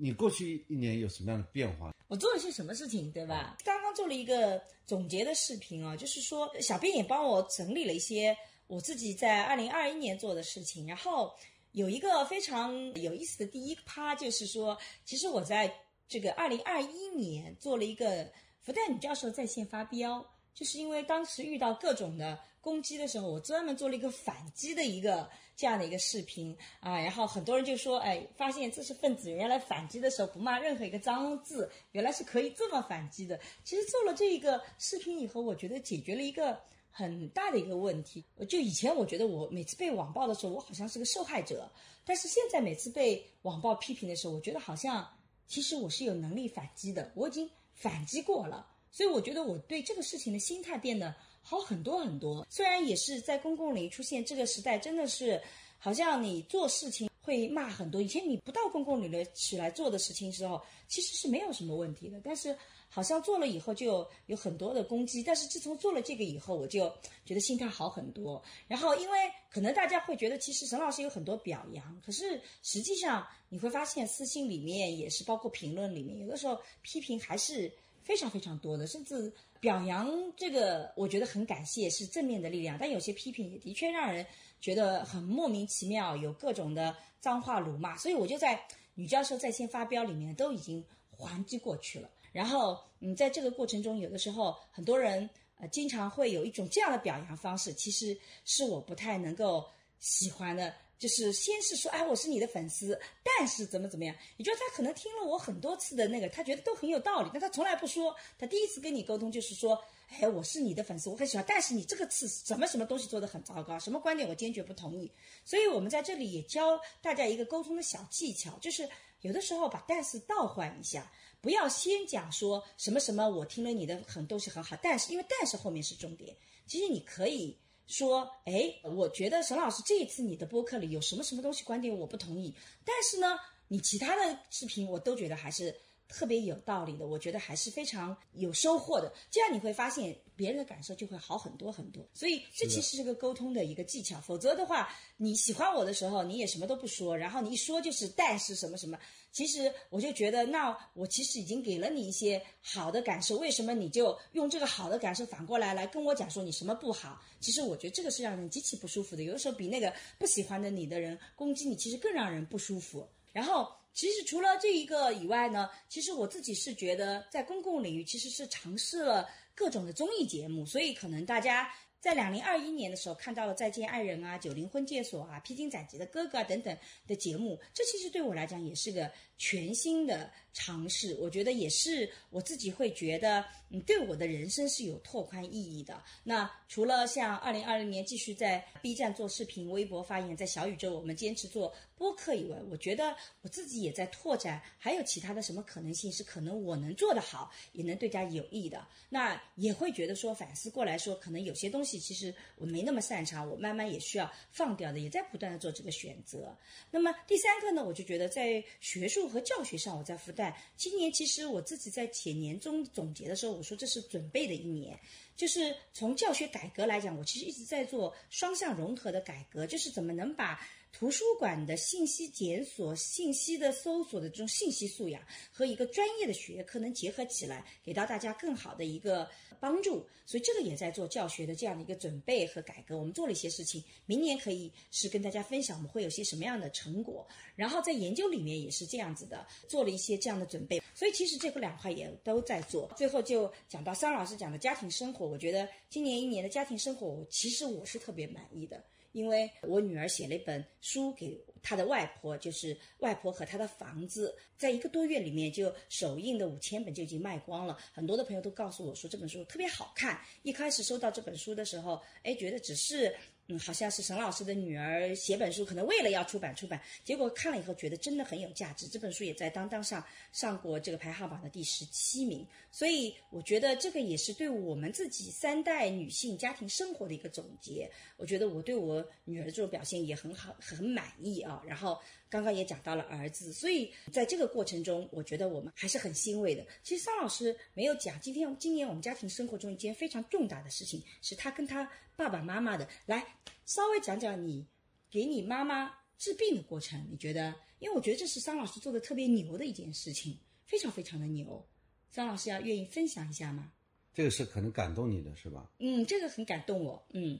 [SPEAKER 5] 你过去一年有什么样的变化？
[SPEAKER 4] 我做了些什么事情，对吧？刚刚做了一个总结的视频啊，就是说小编也帮我整理了一些我自己在二零二一年做的事情，然后有一个非常有意思的第一趴，就是说，其实我在这个二零二一年做了一个复旦女教授在线发飙。就是因为当时遇到各种的攻击的时候，我专门做了一个反击的一个这样的一个视频啊，然后很多人就说，哎，发现知识分子原来反击的时候不骂任何一个脏字，原来是可以这么反击的。其实做了这一个视频以后，我觉得解决了一个很大的一个问题。就以前我觉得我每次被网暴的时候，我好像是个受害者，但是现在每次被网暴批评的时候，我觉得好像其实我是有能力反击的，我已经反击过了。所以我觉得我对这个事情的心态变得好很多很多。虽然也是在公共领域出现，这个时代真的是好像你做事情会骂很多。以前你不到公共领域去来做的事情时候，其实是没有什么问题的。但是好像做了以后就有很多的攻击。但是自从做了这个以后，我就觉得心态好很多。然后因为可能大家会觉得，其实沈老师有很多表扬，可是实际上你会发现私信里面也是，包括评论里面，有的时候批评还是。非常非常多的，甚至表扬这个，我觉得很感谢是正面的力量，但有些批评也的确让人觉得很莫名其妙，有各种的脏话辱骂，所以我就在女教授在线发飙里面都已经还击过去了。然后，嗯，在这个过程中，有的时候很多人呃经常会有一种这样的表扬方式，其实是我不太能够喜欢的，就是先是说，哎，我是你的粉丝，但是怎么怎么样，也就是他可能听了我很多次的那个，他觉得都很有道理，但他从来不说。他第一次跟你沟通就是说，哎，我是你的粉丝，我很喜欢，但是你这个次什么什么东西做的很糟糕，什么观点我坚决不同意。所以我们在这里也教大家一个沟通的小技巧，就是有的时候把但是倒换一下，不要先讲说什么什么，我听了你的很东西很好，但是因为但是后面是重点，其实你可以。说，哎，我觉得沈老师这一次你的播客里有什么什么东西观点我不同意，但是呢，你其他的视频我都觉得还是特别有道理的，我觉得还是非常有收获的。这样你会发现别人的感受就会好很多很多。所以这其实是个沟通的一个技巧，否则的话，你喜欢我的时候你也什么都不说，然后你一说就是但是什么什么，其实我就觉得，那我其实已经给了你一些好的感受，为什么你就用这个好的感受反过来来跟我讲说你什么不好？其实我觉得这个是让人极其不舒服的，有的时候比那个不喜欢的你的人攻击你，其实更让人不舒服。然后，其实除了这一个以外呢，其实我自己是觉得在公共领域其实是尝试了各种的综艺节目，所以可能大家。在两零二一年的时候，看到了《再见爱人》啊，《九零婚介所》啊，《披荆斩棘的哥哥》啊等等的节目，这其实对我来讲也是个全新的尝试。我觉得也是我自己会觉得，嗯，对我的人生是有拓宽意义的。那除了像二零二零年继续在 B 站做视频、微博发言，在小宇宙我们坚持做播客以外，我觉得我自己也在拓展，还有其他的什么可能性是可能我能做得好，也能对大家有益的。那也会觉得说反思过来说，可能有些东西其实我没那么擅长，我慢慢也需要放掉的，也在不断的做这个选择。那么第三个呢，我就觉得在学术和教学上，我在复旦今年其实我自己在写年终总结的时候，我说这是准备的一年，就是从教学改革来讲，我其实一直在做双向融合的改革，就是怎么能把图书馆的信息检索、信息的搜索的这种信息素养和一个专业的学科能结合起来，给到大家更好的一个帮助。所以这个也在做教学的这样的一个准备和改革，我们做了一些事情，明年可以是跟大家分享我们会有些什么样的成果。然后在研究里面也是这样子的，做了一些这样的准备。所以其实这个两块也都在做。最后就讲到桑老师讲的家庭生活，我觉得今年一年的家庭生活，我其实我是特别满意的。因为我女儿写了一本书给她的外婆，就是外婆和她的房子，在一个多月里面就首印的五千本就已经卖光了。很多的朋友都告诉我说这本书特别好看。一开始收到这本书的时候，哎，觉得只是嗯，好像是沈老师的女儿写本书，可能为了要出版出版，结果看了以后觉得真的很有价值。这本书也在当当上上过这个排行榜的第十七名，所以我觉得这个也是对我们自己三代女性家庭生活的一个总结。我觉得我对我女儿这种表现也很好，很满意啊。然后刚刚也讲到了儿子，所以在这个过程中，我觉得我们还是很欣慰的。其实桑老师没有讲，今天今年我们家庭生活中一件非常重大的事情，是他跟他爸爸妈妈的。来，稍微讲讲你给你妈妈治病的过程，你觉得？因为我觉得这是桑老师做的特别牛的一件事情，非常非常的牛。桑老师要愿意分享一下吗？
[SPEAKER 5] 这个是可能感动你的是吧？
[SPEAKER 4] 嗯，这个很感动我。嗯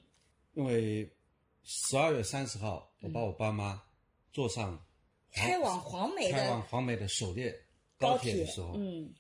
[SPEAKER 5] 因为十二月三十号，我把我爸妈坐上黄
[SPEAKER 4] 开往黄梅的
[SPEAKER 5] 开往黄梅的首列
[SPEAKER 4] 高
[SPEAKER 5] 高
[SPEAKER 4] 铁
[SPEAKER 5] 铁的时候，
[SPEAKER 4] 嗯，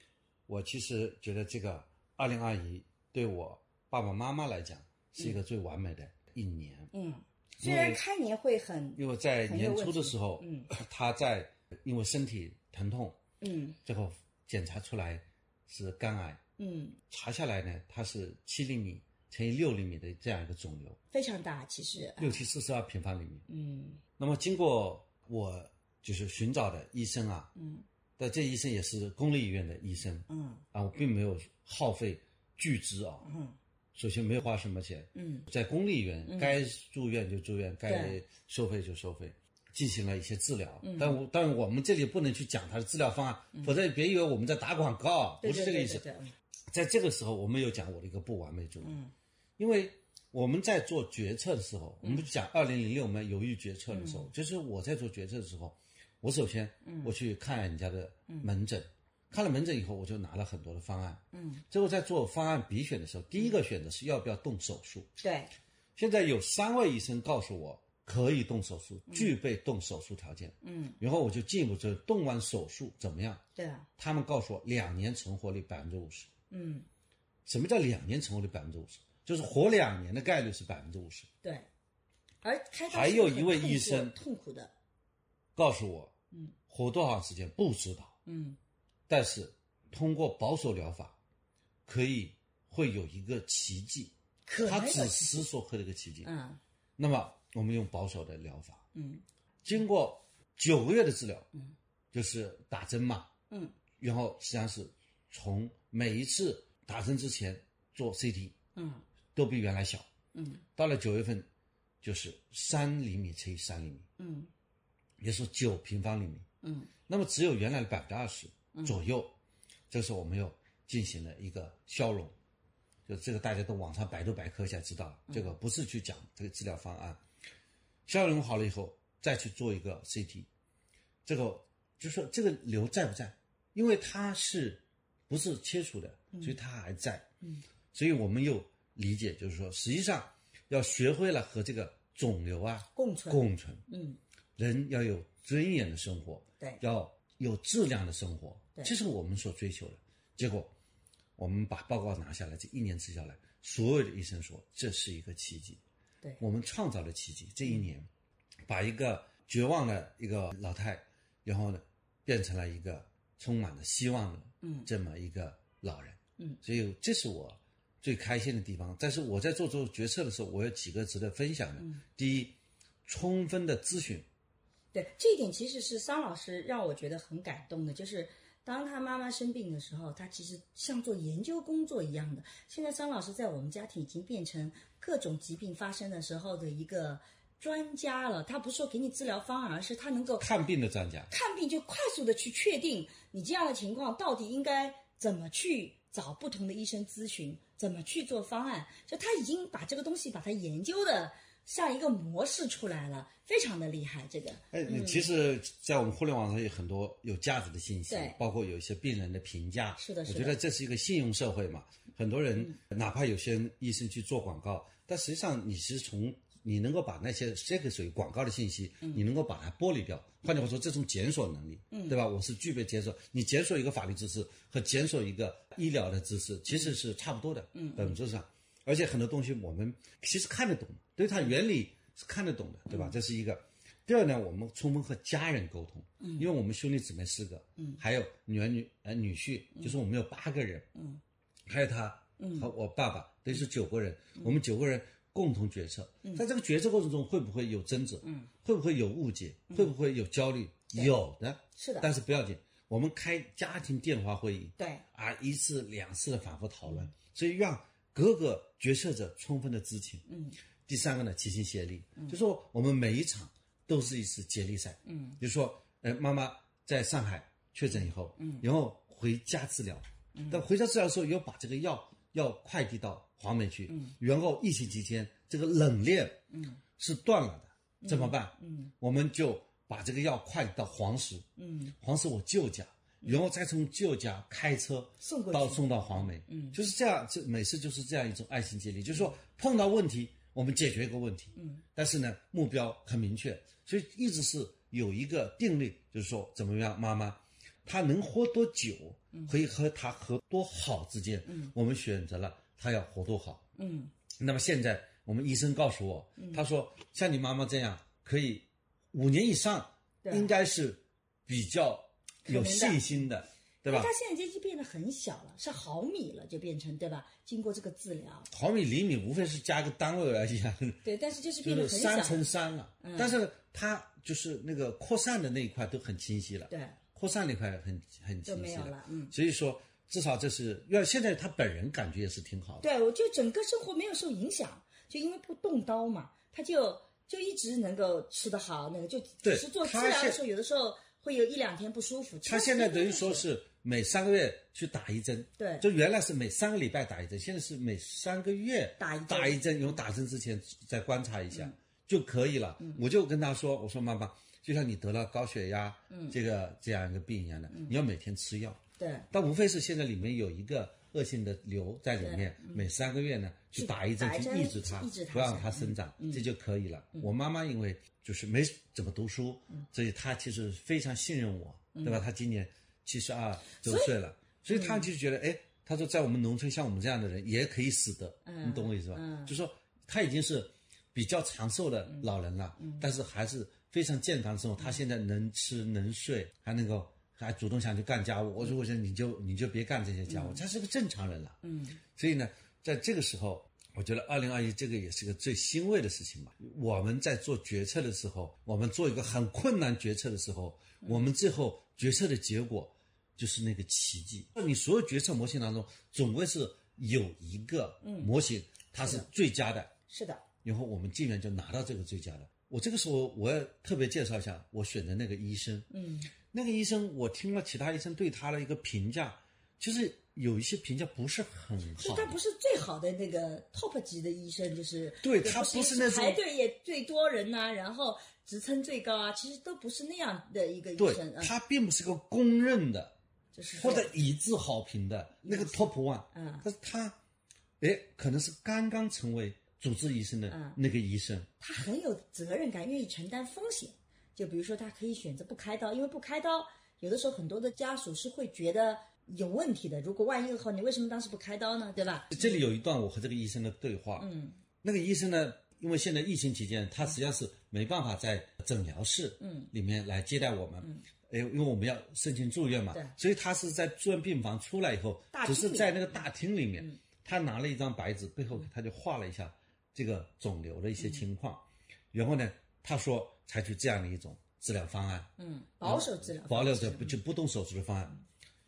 [SPEAKER 5] 我其实觉得这个二零二一对我爸爸妈妈来讲是一个最完美的一年，
[SPEAKER 4] 嗯，虽然开年会很
[SPEAKER 5] 因为在年初的时候，
[SPEAKER 4] 很有问
[SPEAKER 5] [coughs] 他在因为身体疼痛，
[SPEAKER 4] 嗯
[SPEAKER 5] 最后检查出来是肝癌，
[SPEAKER 4] 嗯
[SPEAKER 5] 查下来呢，它是七厘米乘以六厘米的这样一个肿瘤，
[SPEAKER 4] 非常大，其实
[SPEAKER 5] 六七四十二平方厘米。
[SPEAKER 4] 嗯
[SPEAKER 5] 那么经过我就是寻找的医生啊，
[SPEAKER 4] 嗯
[SPEAKER 5] 但这医生也是公立医院的医生
[SPEAKER 4] 嗯
[SPEAKER 5] 啊，我并没有耗费巨资啊，
[SPEAKER 4] 嗯
[SPEAKER 5] 首先没有花什么钱，
[SPEAKER 4] 嗯
[SPEAKER 5] 在公立医
[SPEAKER 4] 嗯
[SPEAKER 5] 院该住院就住院，该收费就收费。进行了一些治疗，
[SPEAKER 4] 嗯
[SPEAKER 5] 但我但我们这里不能去讲他的治疗方案，否则别以为我们在打广告，啊
[SPEAKER 4] 对
[SPEAKER 5] 不是这个意思。
[SPEAKER 4] 对对对对
[SPEAKER 5] 在这个时候，我们有讲我的一个不完美主义，
[SPEAKER 4] 嗯
[SPEAKER 5] 因为我们在做决策的时候，我们不讲二零零六我们犹豫决策的时候，
[SPEAKER 4] 嗯
[SPEAKER 5] 就是我在做决策的时候，我首先
[SPEAKER 4] 嗯
[SPEAKER 5] 我去看人家的
[SPEAKER 4] 嗯
[SPEAKER 5] 门诊，看了门诊以后，我就拿了很多的方案。
[SPEAKER 4] 嗯
[SPEAKER 5] 最后在做方案比选的时候，第一个选择是要不要动手术。
[SPEAKER 4] 对
[SPEAKER 5] 现在有三位医生告诉我可以动手术，具备动手术条件，
[SPEAKER 4] 嗯
[SPEAKER 5] 然后我就进一步就动完手术怎么样？
[SPEAKER 4] 对啊
[SPEAKER 5] 他们告诉我两年存活率百分之五十。
[SPEAKER 4] 嗯
[SPEAKER 5] 什么叫两年存活率百分之五十？就是活两年的概率是百分之五十。
[SPEAKER 4] 对，而开刀是
[SPEAKER 5] 还有
[SPEAKER 4] 很
[SPEAKER 5] 一位
[SPEAKER 4] 痛
[SPEAKER 5] 医
[SPEAKER 4] 苦
[SPEAKER 5] 生
[SPEAKER 4] 痛苦的
[SPEAKER 5] 告诉我，
[SPEAKER 4] 嗯，
[SPEAKER 5] 活多长时间不知道，
[SPEAKER 4] 嗯
[SPEAKER 5] 但是通过保守疗法，可以会有一个奇迹，
[SPEAKER 4] 可
[SPEAKER 5] 它
[SPEAKER 4] 能有
[SPEAKER 5] 只
[SPEAKER 4] 奇
[SPEAKER 5] 是说会有一个奇迹。
[SPEAKER 4] 嗯
[SPEAKER 5] 那么我们用保守的疗法，
[SPEAKER 4] 嗯
[SPEAKER 5] 经过九个月的治疗，
[SPEAKER 4] 嗯，
[SPEAKER 5] 就是打针嘛，
[SPEAKER 4] 嗯
[SPEAKER 5] 然后实际上是从每一次打针之前做 CT
[SPEAKER 4] 嗯
[SPEAKER 5] 都比原来小，
[SPEAKER 4] 嗯
[SPEAKER 5] 到了九月份就是三厘米乘以三厘米，
[SPEAKER 4] 嗯
[SPEAKER 5] 也就是九平方厘米。
[SPEAKER 4] 嗯
[SPEAKER 5] 那么只有原来的百分之二十左右，这时候我们又进行了一个消融，就这个大家都网上百度百科一下知道了，
[SPEAKER 4] 嗯
[SPEAKER 5] 这个不是去讲这个治疗方案，消融好了以后再去做一个 CT，这个就说这个瘤在不在，因为它是不是切除的，所以它还在，
[SPEAKER 4] 嗯
[SPEAKER 5] 所以我们又理解就是说，实际上要学会了和这个肿瘤啊
[SPEAKER 4] 共存
[SPEAKER 5] 共存，
[SPEAKER 4] 嗯
[SPEAKER 5] 人要有尊严的生活，
[SPEAKER 4] 对
[SPEAKER 5] 要有质量的生活
[SPEAKER 4] 对，
[SPEAKER 5] 这是我们所追求的。结果，我们把报告拿下来，这一年吃下来，所有的医生说这是一个奇迹，
[SPEAKER 4] 对
[SPEAKER 5] 我们创造了奇迹。这一年，把一个绝望的一个老太，然后呢，变成了一个充满了希望的
[SPEAKER 4] 嗯
[SPEAKER 5] 这么一个老人。
[SPEAKER 4] 嗯
[SPEAKER 5] 所以这是我最开心的地方。但是我在做做决策的时候，我有几个值得分享的。
[SPEAKER 4] 嗯
[SPEAKER 5] 第一，充分的咨询。
[SPEAKER 4] 对，这一点其实是桑老师让我觉得很感动的，就是当他妈妈生病的时候，他其实像做研究工作一样的。现在桑老师在我们家庭已经变成各种疾病发生的时候的一个专家了。他不是说给你治疗方案，而是他能够
[SPEAKER 5] 看病的专家，
[SPEAKER 4] 看病就快速的去确定你这样的情况到底应该怎么去找不同的医生咨询，怎么去做方案。就他已经把这个东西把它研究的像一个模式出来了，非常的厉害。这个，
[SPEAKER 5] 哎，
[SPEAKER 4] 嗯
[SPEAKER 5] 你其实，在我们互联网上有很多有价值的信息
[SPEAKER 4] 对，
[SPEAKER 5] 包括有一些病人的评价。
[SPEAKER 4] 是的是
[SPEAKER 5] 我
[SPEAKER 4] 的嗯
[SPEAKER 5] 觉得这是一个信用社会嘛，很多人哪怕有些医生去做广告，但实际上你是从你能够把那些这个属于广告的信息，
[SPEAKER 4] 嗯
[SPEAKER 5] 你能够把它剥离掉。换句话说，这种检索能力，对吧？我是具备检索，你检索一个法律知识和检索一个医疗的知识其实是差不多的，
[SPEAKER 4] 嗯
[SPEAKER 5] 本质上。而且很多东西我们其实看得懂，对它原理是看得懂的，
[SPEAKER 4] 嗯
[SPEAKER 5] 对吧？这是一个。第二呢，我们充分和家人沟通，因为我们兄弟姊妹四个，
[SPEAKER 4] 嗯
[SPEAKER 5] 还有女儿女呃女婿，就是我们有八个人，
[SPEAKER 4] 嗯
[SPEAKER 5] 还有他
[SPEAKER 4] 嗯
[SPEAKER 5] 和我爸爸，等于是九个人。我们九个人共同决策
[SPEAKER 4] 嗯。
[SPEAKER 5] 在这个决策过程中，会不会有争执？
[SPEAKER 4] 嗯，
[SPEAKER 5] 会不会有误解？会不会有焦虑？
[SPEAKER 4] 对
[SPEAKER 5] 有的，
[SPEAKER 4] 是的，
[SPEAKER 5] 但是不要紧，我们开家庭电话会议
[SPEAKER 4] 对，
[SPEAKER 5] 啊，一次两次的反复讨论，所以让各个决策者充分的知情。
[SPEAKER 4] 嗯
[SPEAKER 5] 第三个呢，齐心协力，就说我们每一场都是一次接力赛。
[SPEAKER 4] 嗯
[SPEAKER 5] 比如说，呃，妈妈在上海确诊以后，
[SPEAKER 4] 嗯
[SPEAKER 5] 然后回家治疗，但回家治疗的时候，又把这个药要快递到黄梅去，
[SPEAKER 4] 嗯
[SPEAKER 5] 然后疫情期间这个冷链
[SPEAKER 4] 嗯
[SPEAKER 5] 是断了的，怎么办？
[SPEAKER 4] 嗯
[SPEAKER 5] 我们就把这个药快递到黄石，
[SPEAKER 4] 嗯，
[SPEAKER 5] 黄石我舅家，然后再从舅家开车
[SPEAKER 4] 送过去
[SPEAKER 5] 到送到黄梅，
[SPEAKER 4] 嗯
[SPEAKER 5] 就是这样，这每次就是这样一种爱心接力，就是说碰到问题我们解决一个问题，
[SPEAKER 4] 嗯，
[SPEAKER 5] 但是呢目标很明确，所以一直是有一个定律，就是说怎么样，妈妈她能活多久，可以和她和多好之间，
[SPEAKER 4] 嗯
[SPEAKER 5] 我们选择了她要活多好。
[SPEAKER 4] 嗯
[SPEAKER 5] 那么现在我们医生告诉我，他说像你妈妈这样可以五年以上，
[SPEAKER 4] 对
[SPEAKER 5] 应该是比较有信心的，对吧
[SPEAKER 4] 因为？它现在已经变得很小了，是毫米了，就变成对吧？经过这个治疗，
[SPEAKER 5] 毫米、厘米无非是加个单位而已啊，
[SPEAKER 4] 对，但是就是
[SPEAKER 5] 就
[SPEAKER 4] 变得
[SPEAKER 5] 是三
[SPEAKER 4] 很小了，
[SPEAKER 5] 乘三了
[SPEAKER 4] 嗯。
[SPEAKER 5] 但是它就是那个扩散的那一块都很清晰了，
[SPEAKER 4] 对，
[SPEAKER 5] 扩散那块很很
[SPEAKER 4] 就
[SPEAKER 5] 清
[SPEAKER 4] 没
[SPEAKER 5] 晰
[SPEAKER 4] 有了，嗯。
[SPEAKER 5] 所以说，至少这是要现在他本人感觉也是挺好的。
[SPEAKER 4] 对，我就整个生活没有受影响，就因为不动刀嘛，他就就一直能够吃得好，那个就只
[SPEAKER 5] 对
[SPEAKER 4] 是做治
[SPEAKER 5] 他
[SPEAKER 4] 疗的
[SPEAKER 5] 现
[SPEAKER 4] 时候，有的时候会有一两天不舒服。其
[SPEAKER 5] 他
[SPEAKER 4] 实
[SPEAKER 5] 现在
[SPEAKER 4] 没
[SPEAKER 5] 等于
[SPEAKER 4] 关系
[SPEAKER 5] 说是每三个月去打一针，
[SPEAKER 4] 对
[SPEAKER 5] 就原来是每三个礼拜打一针，现在是每三个月
[SPEAKER 4] 打一针嗯
[SPEAKER 5] 打一针，有打针之前再观察一下、就可以了。我就跟他说，我说妈妈，就像你得了高血压，
[SPEAKER 4] 嗯
[SPEAKER 5] 这个这样一个病一样的，你要每天吃药，
[SPEAKER 4] 对
[SPEAKER 5] 但无非是现在里面有一个恶性的瘤在里面，每三个月呢去
[SPEAKER 4] 去
[SPEAKER 5] 打一针
[SPEAKER 4] 嗯打一
[SPEAKER 5] 去
[SPEAKER 4] 针
[SPEAKER 5] 抑制它
[SPEAKER 4] 抑制，它
[SPEAKER 5] 不让它生长
[SPEAKER 4] 嗯，嗯
[SPEAKER 5] 这就可以了。我妈妈因为就是没怎么读书，所以她其实非常信任我，对吧？她今年七十二周岁了，所以
[SPEAKER 4] 嗯
[SPEAKER 5] 她就觉得，哎，她说在我们农村像我们这样的人也可以死的，
[SPEAKER 4] 嗯
[SPEAKER 5] 你懂我意思吧
[SPEAKER 4] 嗯？
[SPEAKER 5] 就说她已经是比较长寿的老人了，
[SPEAKER 4] 嗯
[SPEAKER 5] 但是还是非常健康的生活。她现在能吃能睡，还能够。还主动想去干家务，我说我说你就你就别干这些家务，她是个正常人了。
[SPEAKER 4] 嗯
[SPEAKER 5] 所以呢，在这个时候，我觉得二零二一这个也是个最欣慰的事情吧。我们在做决策的时候，我们做一个很困难决策的时候，
[SPEAKER 4] 嗯
[SPEAKER 5] 我们最后决策的结果就是那个奇迹。那你所有决策模型当中，总归是有一个
[SPEAKER 4] 嗯
[SPEAKER 5] 模型、它是最佳的，
[SPEAKER 4] 是的，
[SPEAKER 5] 然后我们竟然就拿到这个最佳的。我这个时候我要特别介绍一下，我选的那个医生，
[SPEAKER 4] 嗯
[SPEAKER 5] 那个医生，我听了其他医生对他的一个评价，就是有一些评价不是很好，
[SPEAKER 4] 就是他不是最好的那个 top 级的医生，就是
[SPEAKER 5] 对
[SPEAKER 4] 也
[SPEAKER 5] 他
[SPEAKER 4] 不
[SPEAKER 5] 不是那种
[SPEAKER 4] 排队也最多人呐、然后职称最高啊，其实都不是那样的一个医
[SPEAKER 5] 对
[SPEAKER 4] 生，啊，
[SPEAKER 5] 他并不是个公认的
[SPEAKER 4] 就是
[SPEAKER 5] 或
[SPEAKER 4] 说
[SPEAKER 5] 者一致好评的那个 top one，
[SPEAKER 4] 嗯
[SPEAKER 5] 但是他，哎，可能是刚刚成为主治医生
[SPEAKER 4] 嗯
[SPEAKER 5] 的那个医生，
[SPEAKER 4] 他很有责任感，愿意承担风险。就比如说，他可以选择不开刀，因为不开刀，有的时候很多的家属是会觉得有问题的。如果万一的话，你为什么当时不开刀呢？对吧？
[SPEAKER 5] 这里有一段我和这个医生的对话，
[SPEAKER 4] 嗯
[SPEAKER 5] 那个医生呢，因为现在疫情期间，他实际上是没办法在诊疗室
[SPEAKER 4] 嗯
[SPEAKER 5] 里面来接待我们
[SPEAKER 4] 嗯。
[SPEAKER 5] 哎，因为我们要申请住院嘛
[SPEAKER 4] 对，
[SPEAKER 5] 所以他是在住院病房出来以后
[SPEAKER 4] 大，
[SPEAKER 5] 只
[SPEAKER 4] 厅
[SPEAKER 5] 是
[SPEAKER 4] 里
[SPEAKER 5] 在那个大厅里面
[SPEAKER 4] 嗯，
[SPEAKER 5] 他拿了一张白纸，背后他就画了一下这个肿瘤的一
[SPEAKER 4] 嗯
[SPEAKER 5] 些情况，然后呢，他说采取这样的一种治疗方案，
[SPEAKER 4] 嗯，保守治疗，
[SPEAKER 5] 保留着
[SPEAKER 4] 嗯
[SPEAKER 5] 不就不动手术的方案。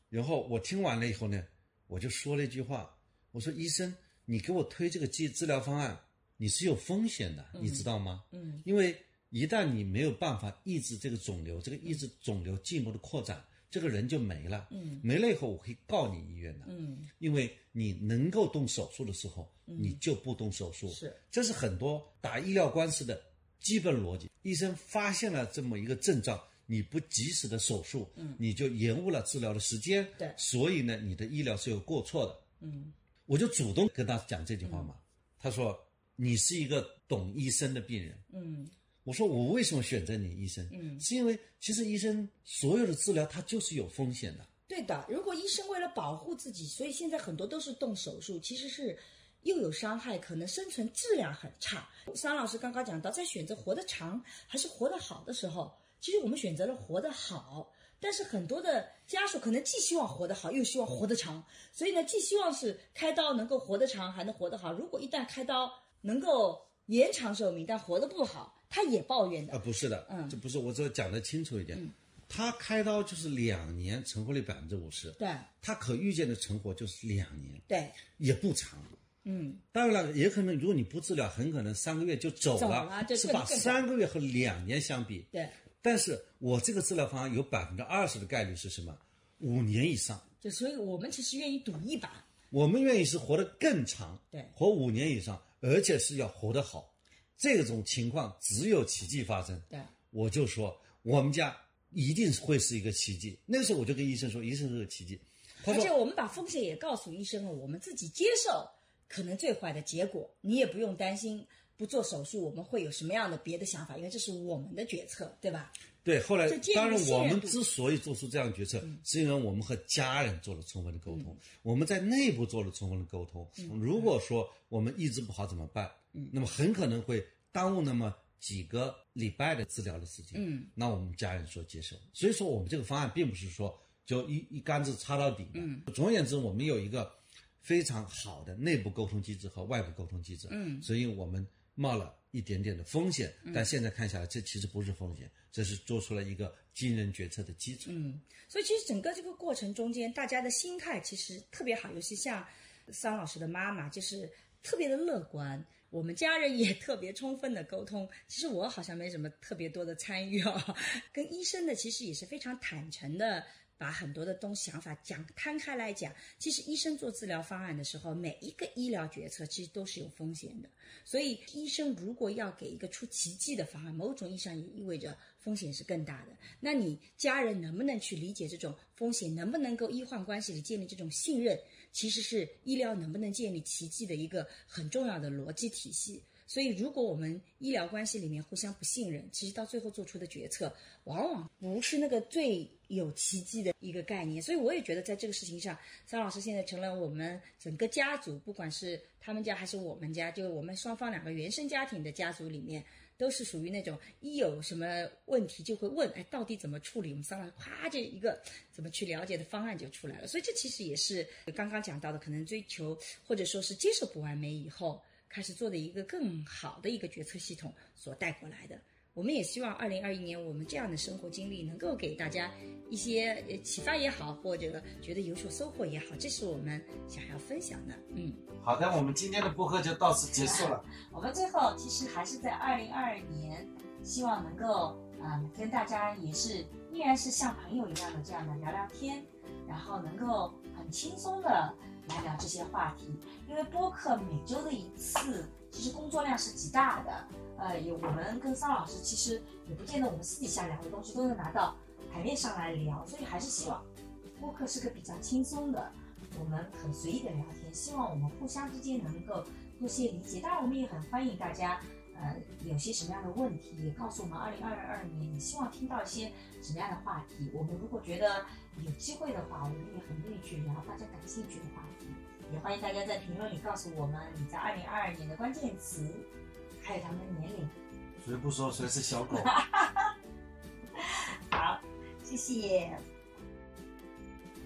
[SPEAKER 5] 然后我听完了以后呢，我就说了一句话，我说医生，你给我推这个治治疗方案，你是有风险的，你知道吗？
[SPEAKER 4] 嗯
[SPEAKER 5] 因为一旦你没有办法抑制这个肿瘤，这个抑制肿瘤进一步的扩展，这个人就没了。
[SPEAKER 4] 嗯
[SPEAKER 5] 没了以后，我可以告你医院的，
[SPEAKER 4] 嗯
[SPEAKER 5] 因为你能够动手术的时候，你就不动手术。
[SPEAKER 4] 是
[SPEAKER 5] 这是很多打医疗官司的基本逻辑。医生发现了这么一个症状，你不及时的手术，
[SPEAKER 4] 嗯
[SPEAKER 5] 你就延误了治疗的时间，
[SPEAKER 4] 对
[SPEAKER 5] 所以呢，你的医疗是有过错的。
[SPEAKER 4] 嗯
[SPEAKER 5] 我就主动跟他讲这句话嘛，他说你是一个懂医生的病人。
[SPEAKER 4] 嗯
[SPEAKER 5] 我说我为什么选择你医生？
[SPEAKER 4] 嗯，
[SPEAKER 5] 是因为其实医生所有的治疗它就是有风险的，
[SPEAKER 4] 对的。如果医生为了保护自己，所以现在很多都是动手术，其实是又有伤害，可能生存质量很差。桑老师刚刚讲到，在选择活得长还是活得好的时候，其实我们选择了活得好，但是很多的家属可能既希望活得好，又希望活得长，所以呢，既希望是开刀能够活得长，还能活得好。如果一旦开刀，能够延长寿命，但活得不好，他也抱怨
[SPEAKER 5] 啊，
[SPEAKER 4] 的。
[SPEAKER 5] 不是的，
[SPEAKER 4] 嗯
[SPEAKER 5] 这不是，我只要讲的清楚一点。
[SPEAKER 4] 嗯
[SPEAKER 5] 他开刀就是两年，成活率百分之五十，
[SPEAKER 4] 对
[SPEAKER 5] 他可预见的成活就是两年，
[SPEAKER 4] 对，
[SPEAKER 5] 也不长。
[SPEAKER 4] 嗯，
[SPEAKER 5] 当然了，也可能如果你不治疗，很可能三个月就走了，
[SPEAKER 4] 走了就是更
[SPEAKER 5] 把
[SPEAKER 4] 更
[SPEAKER 5] 三个月和两年相比。
[SPEAKER 4] 对，
[SPEAKER 5] 但是我这个治疗方案有百分之二十的概率是什么？五年以上。
[SPEAKER 4] 就所以我们其实愿意赌一把。
[SPEAKER 5] 我们愿意是活得更长，
[SPEAKER 4] 对
[SPEAKER 5] 活五年以上，而且是要活得好。这种情况只有奇迹发生。
[SPEAKER 4] 对，
[SPEAKER 5] 我就说我们家一定会是一个奇迹。那个时候我就跟医生说，医生是个奇迹。他
[SPEAKER 4] 而且
[SPEAKER 5] 说
[SPEAKER 4] 我们把风险也告诉医生了，我们自己接受可能最坏的结果，你也不用担心不做手术我们会有什么样的别的想法，因为这是我们的决策，对吧？
[SPEAKER 5] 对，后来
[SPEAKER 4] 这建立
[SPEAKER 5] 当然
[SPEAKER 4] 信任
[SPEAKER 5] 我们
[SPEAKER 4] 度嗯
[SPEAKER 5] 之所以做出这样的决策，是因为我们和家人做了充分的沟通，我们在内部做了充分的沟通。如果说我们抑制不好怎么办？
[SPEAKER 4] 嗯
[SPEAKER 5] 那么很可能会耽误那么几个礼拜的治疗的时间。
[SPEAKER 4] 嗯
[SPEAKER 5] 那我们家人说接受。所以说我们这个方案并不是说就一一竿子插到底的。
[SPEAKER 4] 嗯
[SPEAKER 5] 总而言之，我们有一个非常好的内部沟通机制和外部沟通机制。
[SPEAKER 4] 嗯
[SPEAKER 5] 所以我们冒了一点点的风险，但现在看下来，这其实不是风险，这是做出了一个惊人决策的基础。
[SPEAKER 4] 嗯，所以其实整个这个过程中间，大家的心态其实特别好，尤其像桑老师的妈妈，就是特别的乐观。我们家人也特别充分的沟通，其实我好像没什么特别多的参与啊，跟医生的其实也是非常坦诚的，把很多的东西想法讲摊开来讲。其实医生做治疗方案的时候，每一个医疗决策其实都是有风险的，所以医生如果要给一个出奇迹的方案，某种意义上也意味着风险是更大的。那你家人能不能去理解这种风险，能不能够医患关系里建立这种信任，其实是医疗能不能建立奇迹的一个很重要的逻辑体系。所以，如果我们医疗关系里面互相不信任，其实到最后做出的决策，往往不是那个最有奇迹的一个概念。所以，我也觉得在这个事情上，张老师现在成了我们整个家族，不管是他们家还是我们家，就我们双方两个原生家庭的家族里面，都是属于那种一有什么问题就会问，哎，到底怎么处理？我们商量，啪，这一个怎么去了解的方案就出来了。所以这其实也是刚刚讲到的，可能追求或者说是接受不完美以后开始做的一个更好的一个决策系统所带过来的。我们也希望二零二一年我们这样的生活经历能够给大家一些呃启发也好，或者觉得有所收获也好，这是我们想要分享的。嗯，
[SPEAKER 3] 好的，我们今天的播客就到此结束了。
[SPEAKER 2] 我们最后其实还是在二零二二年，希望能够嗯跟大家也是依然是像朋友一样的这样的聊聊天，然后能够很轻松的来聊这些话题。因为播客每周的一次，其实工作量是极大的。呃，也我们跟桑老师其实也不见得我们私底下聊的东西都能拿到台面上来聊，所以还是希望播客是个比较轻松的，我们很随意的聊天，希望我们互相之间能够多些理解。当然，我们也很欢迎大家，呃，有些什么样的问题，也告诉我们二零二二年你希望听到一些什么样的话题。我们如果觉得有机会的话，我们也很愿意去聊大家感兴趣的话题。也欢迎大家在评论里告诉我们你在二零二二年的关键词，还有他们的年龄。
[SPEAKER 3] 谁不说谁是小狗？
[SPEAKER 2] 谢谢。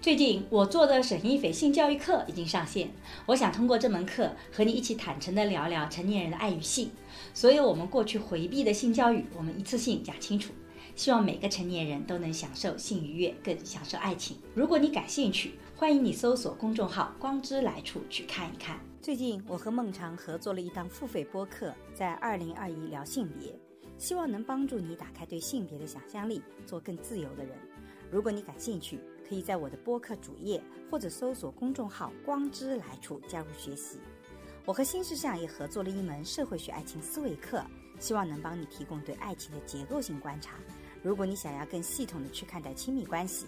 [SPEAKER 1] 最近我做的沈一斐性教育课已经上线，我想通过这门课和你一起坦诚地聊聊成年人的爱与性，所有我们过去回避的性教育，我们一次性讲清楚。希望每个成年人都能享受性愉悦，更享受爱情。如果你感兴趣，欢迎你搜索公众号“光之来处”去看一看。最近我和孟尝合作了一档付费播客，在二零二一聊性别，希望能帮助你打开对性别的想象力，做更自由的人。如果你感兴趣，可以在我的播客主页或者搜索公众号“光之来处”加入学习。我和新事项也合作了一门社会学爱情思维课，希望能帮你提供对爱情的结构性观察。如果你想要更系统的去看待亲密关系，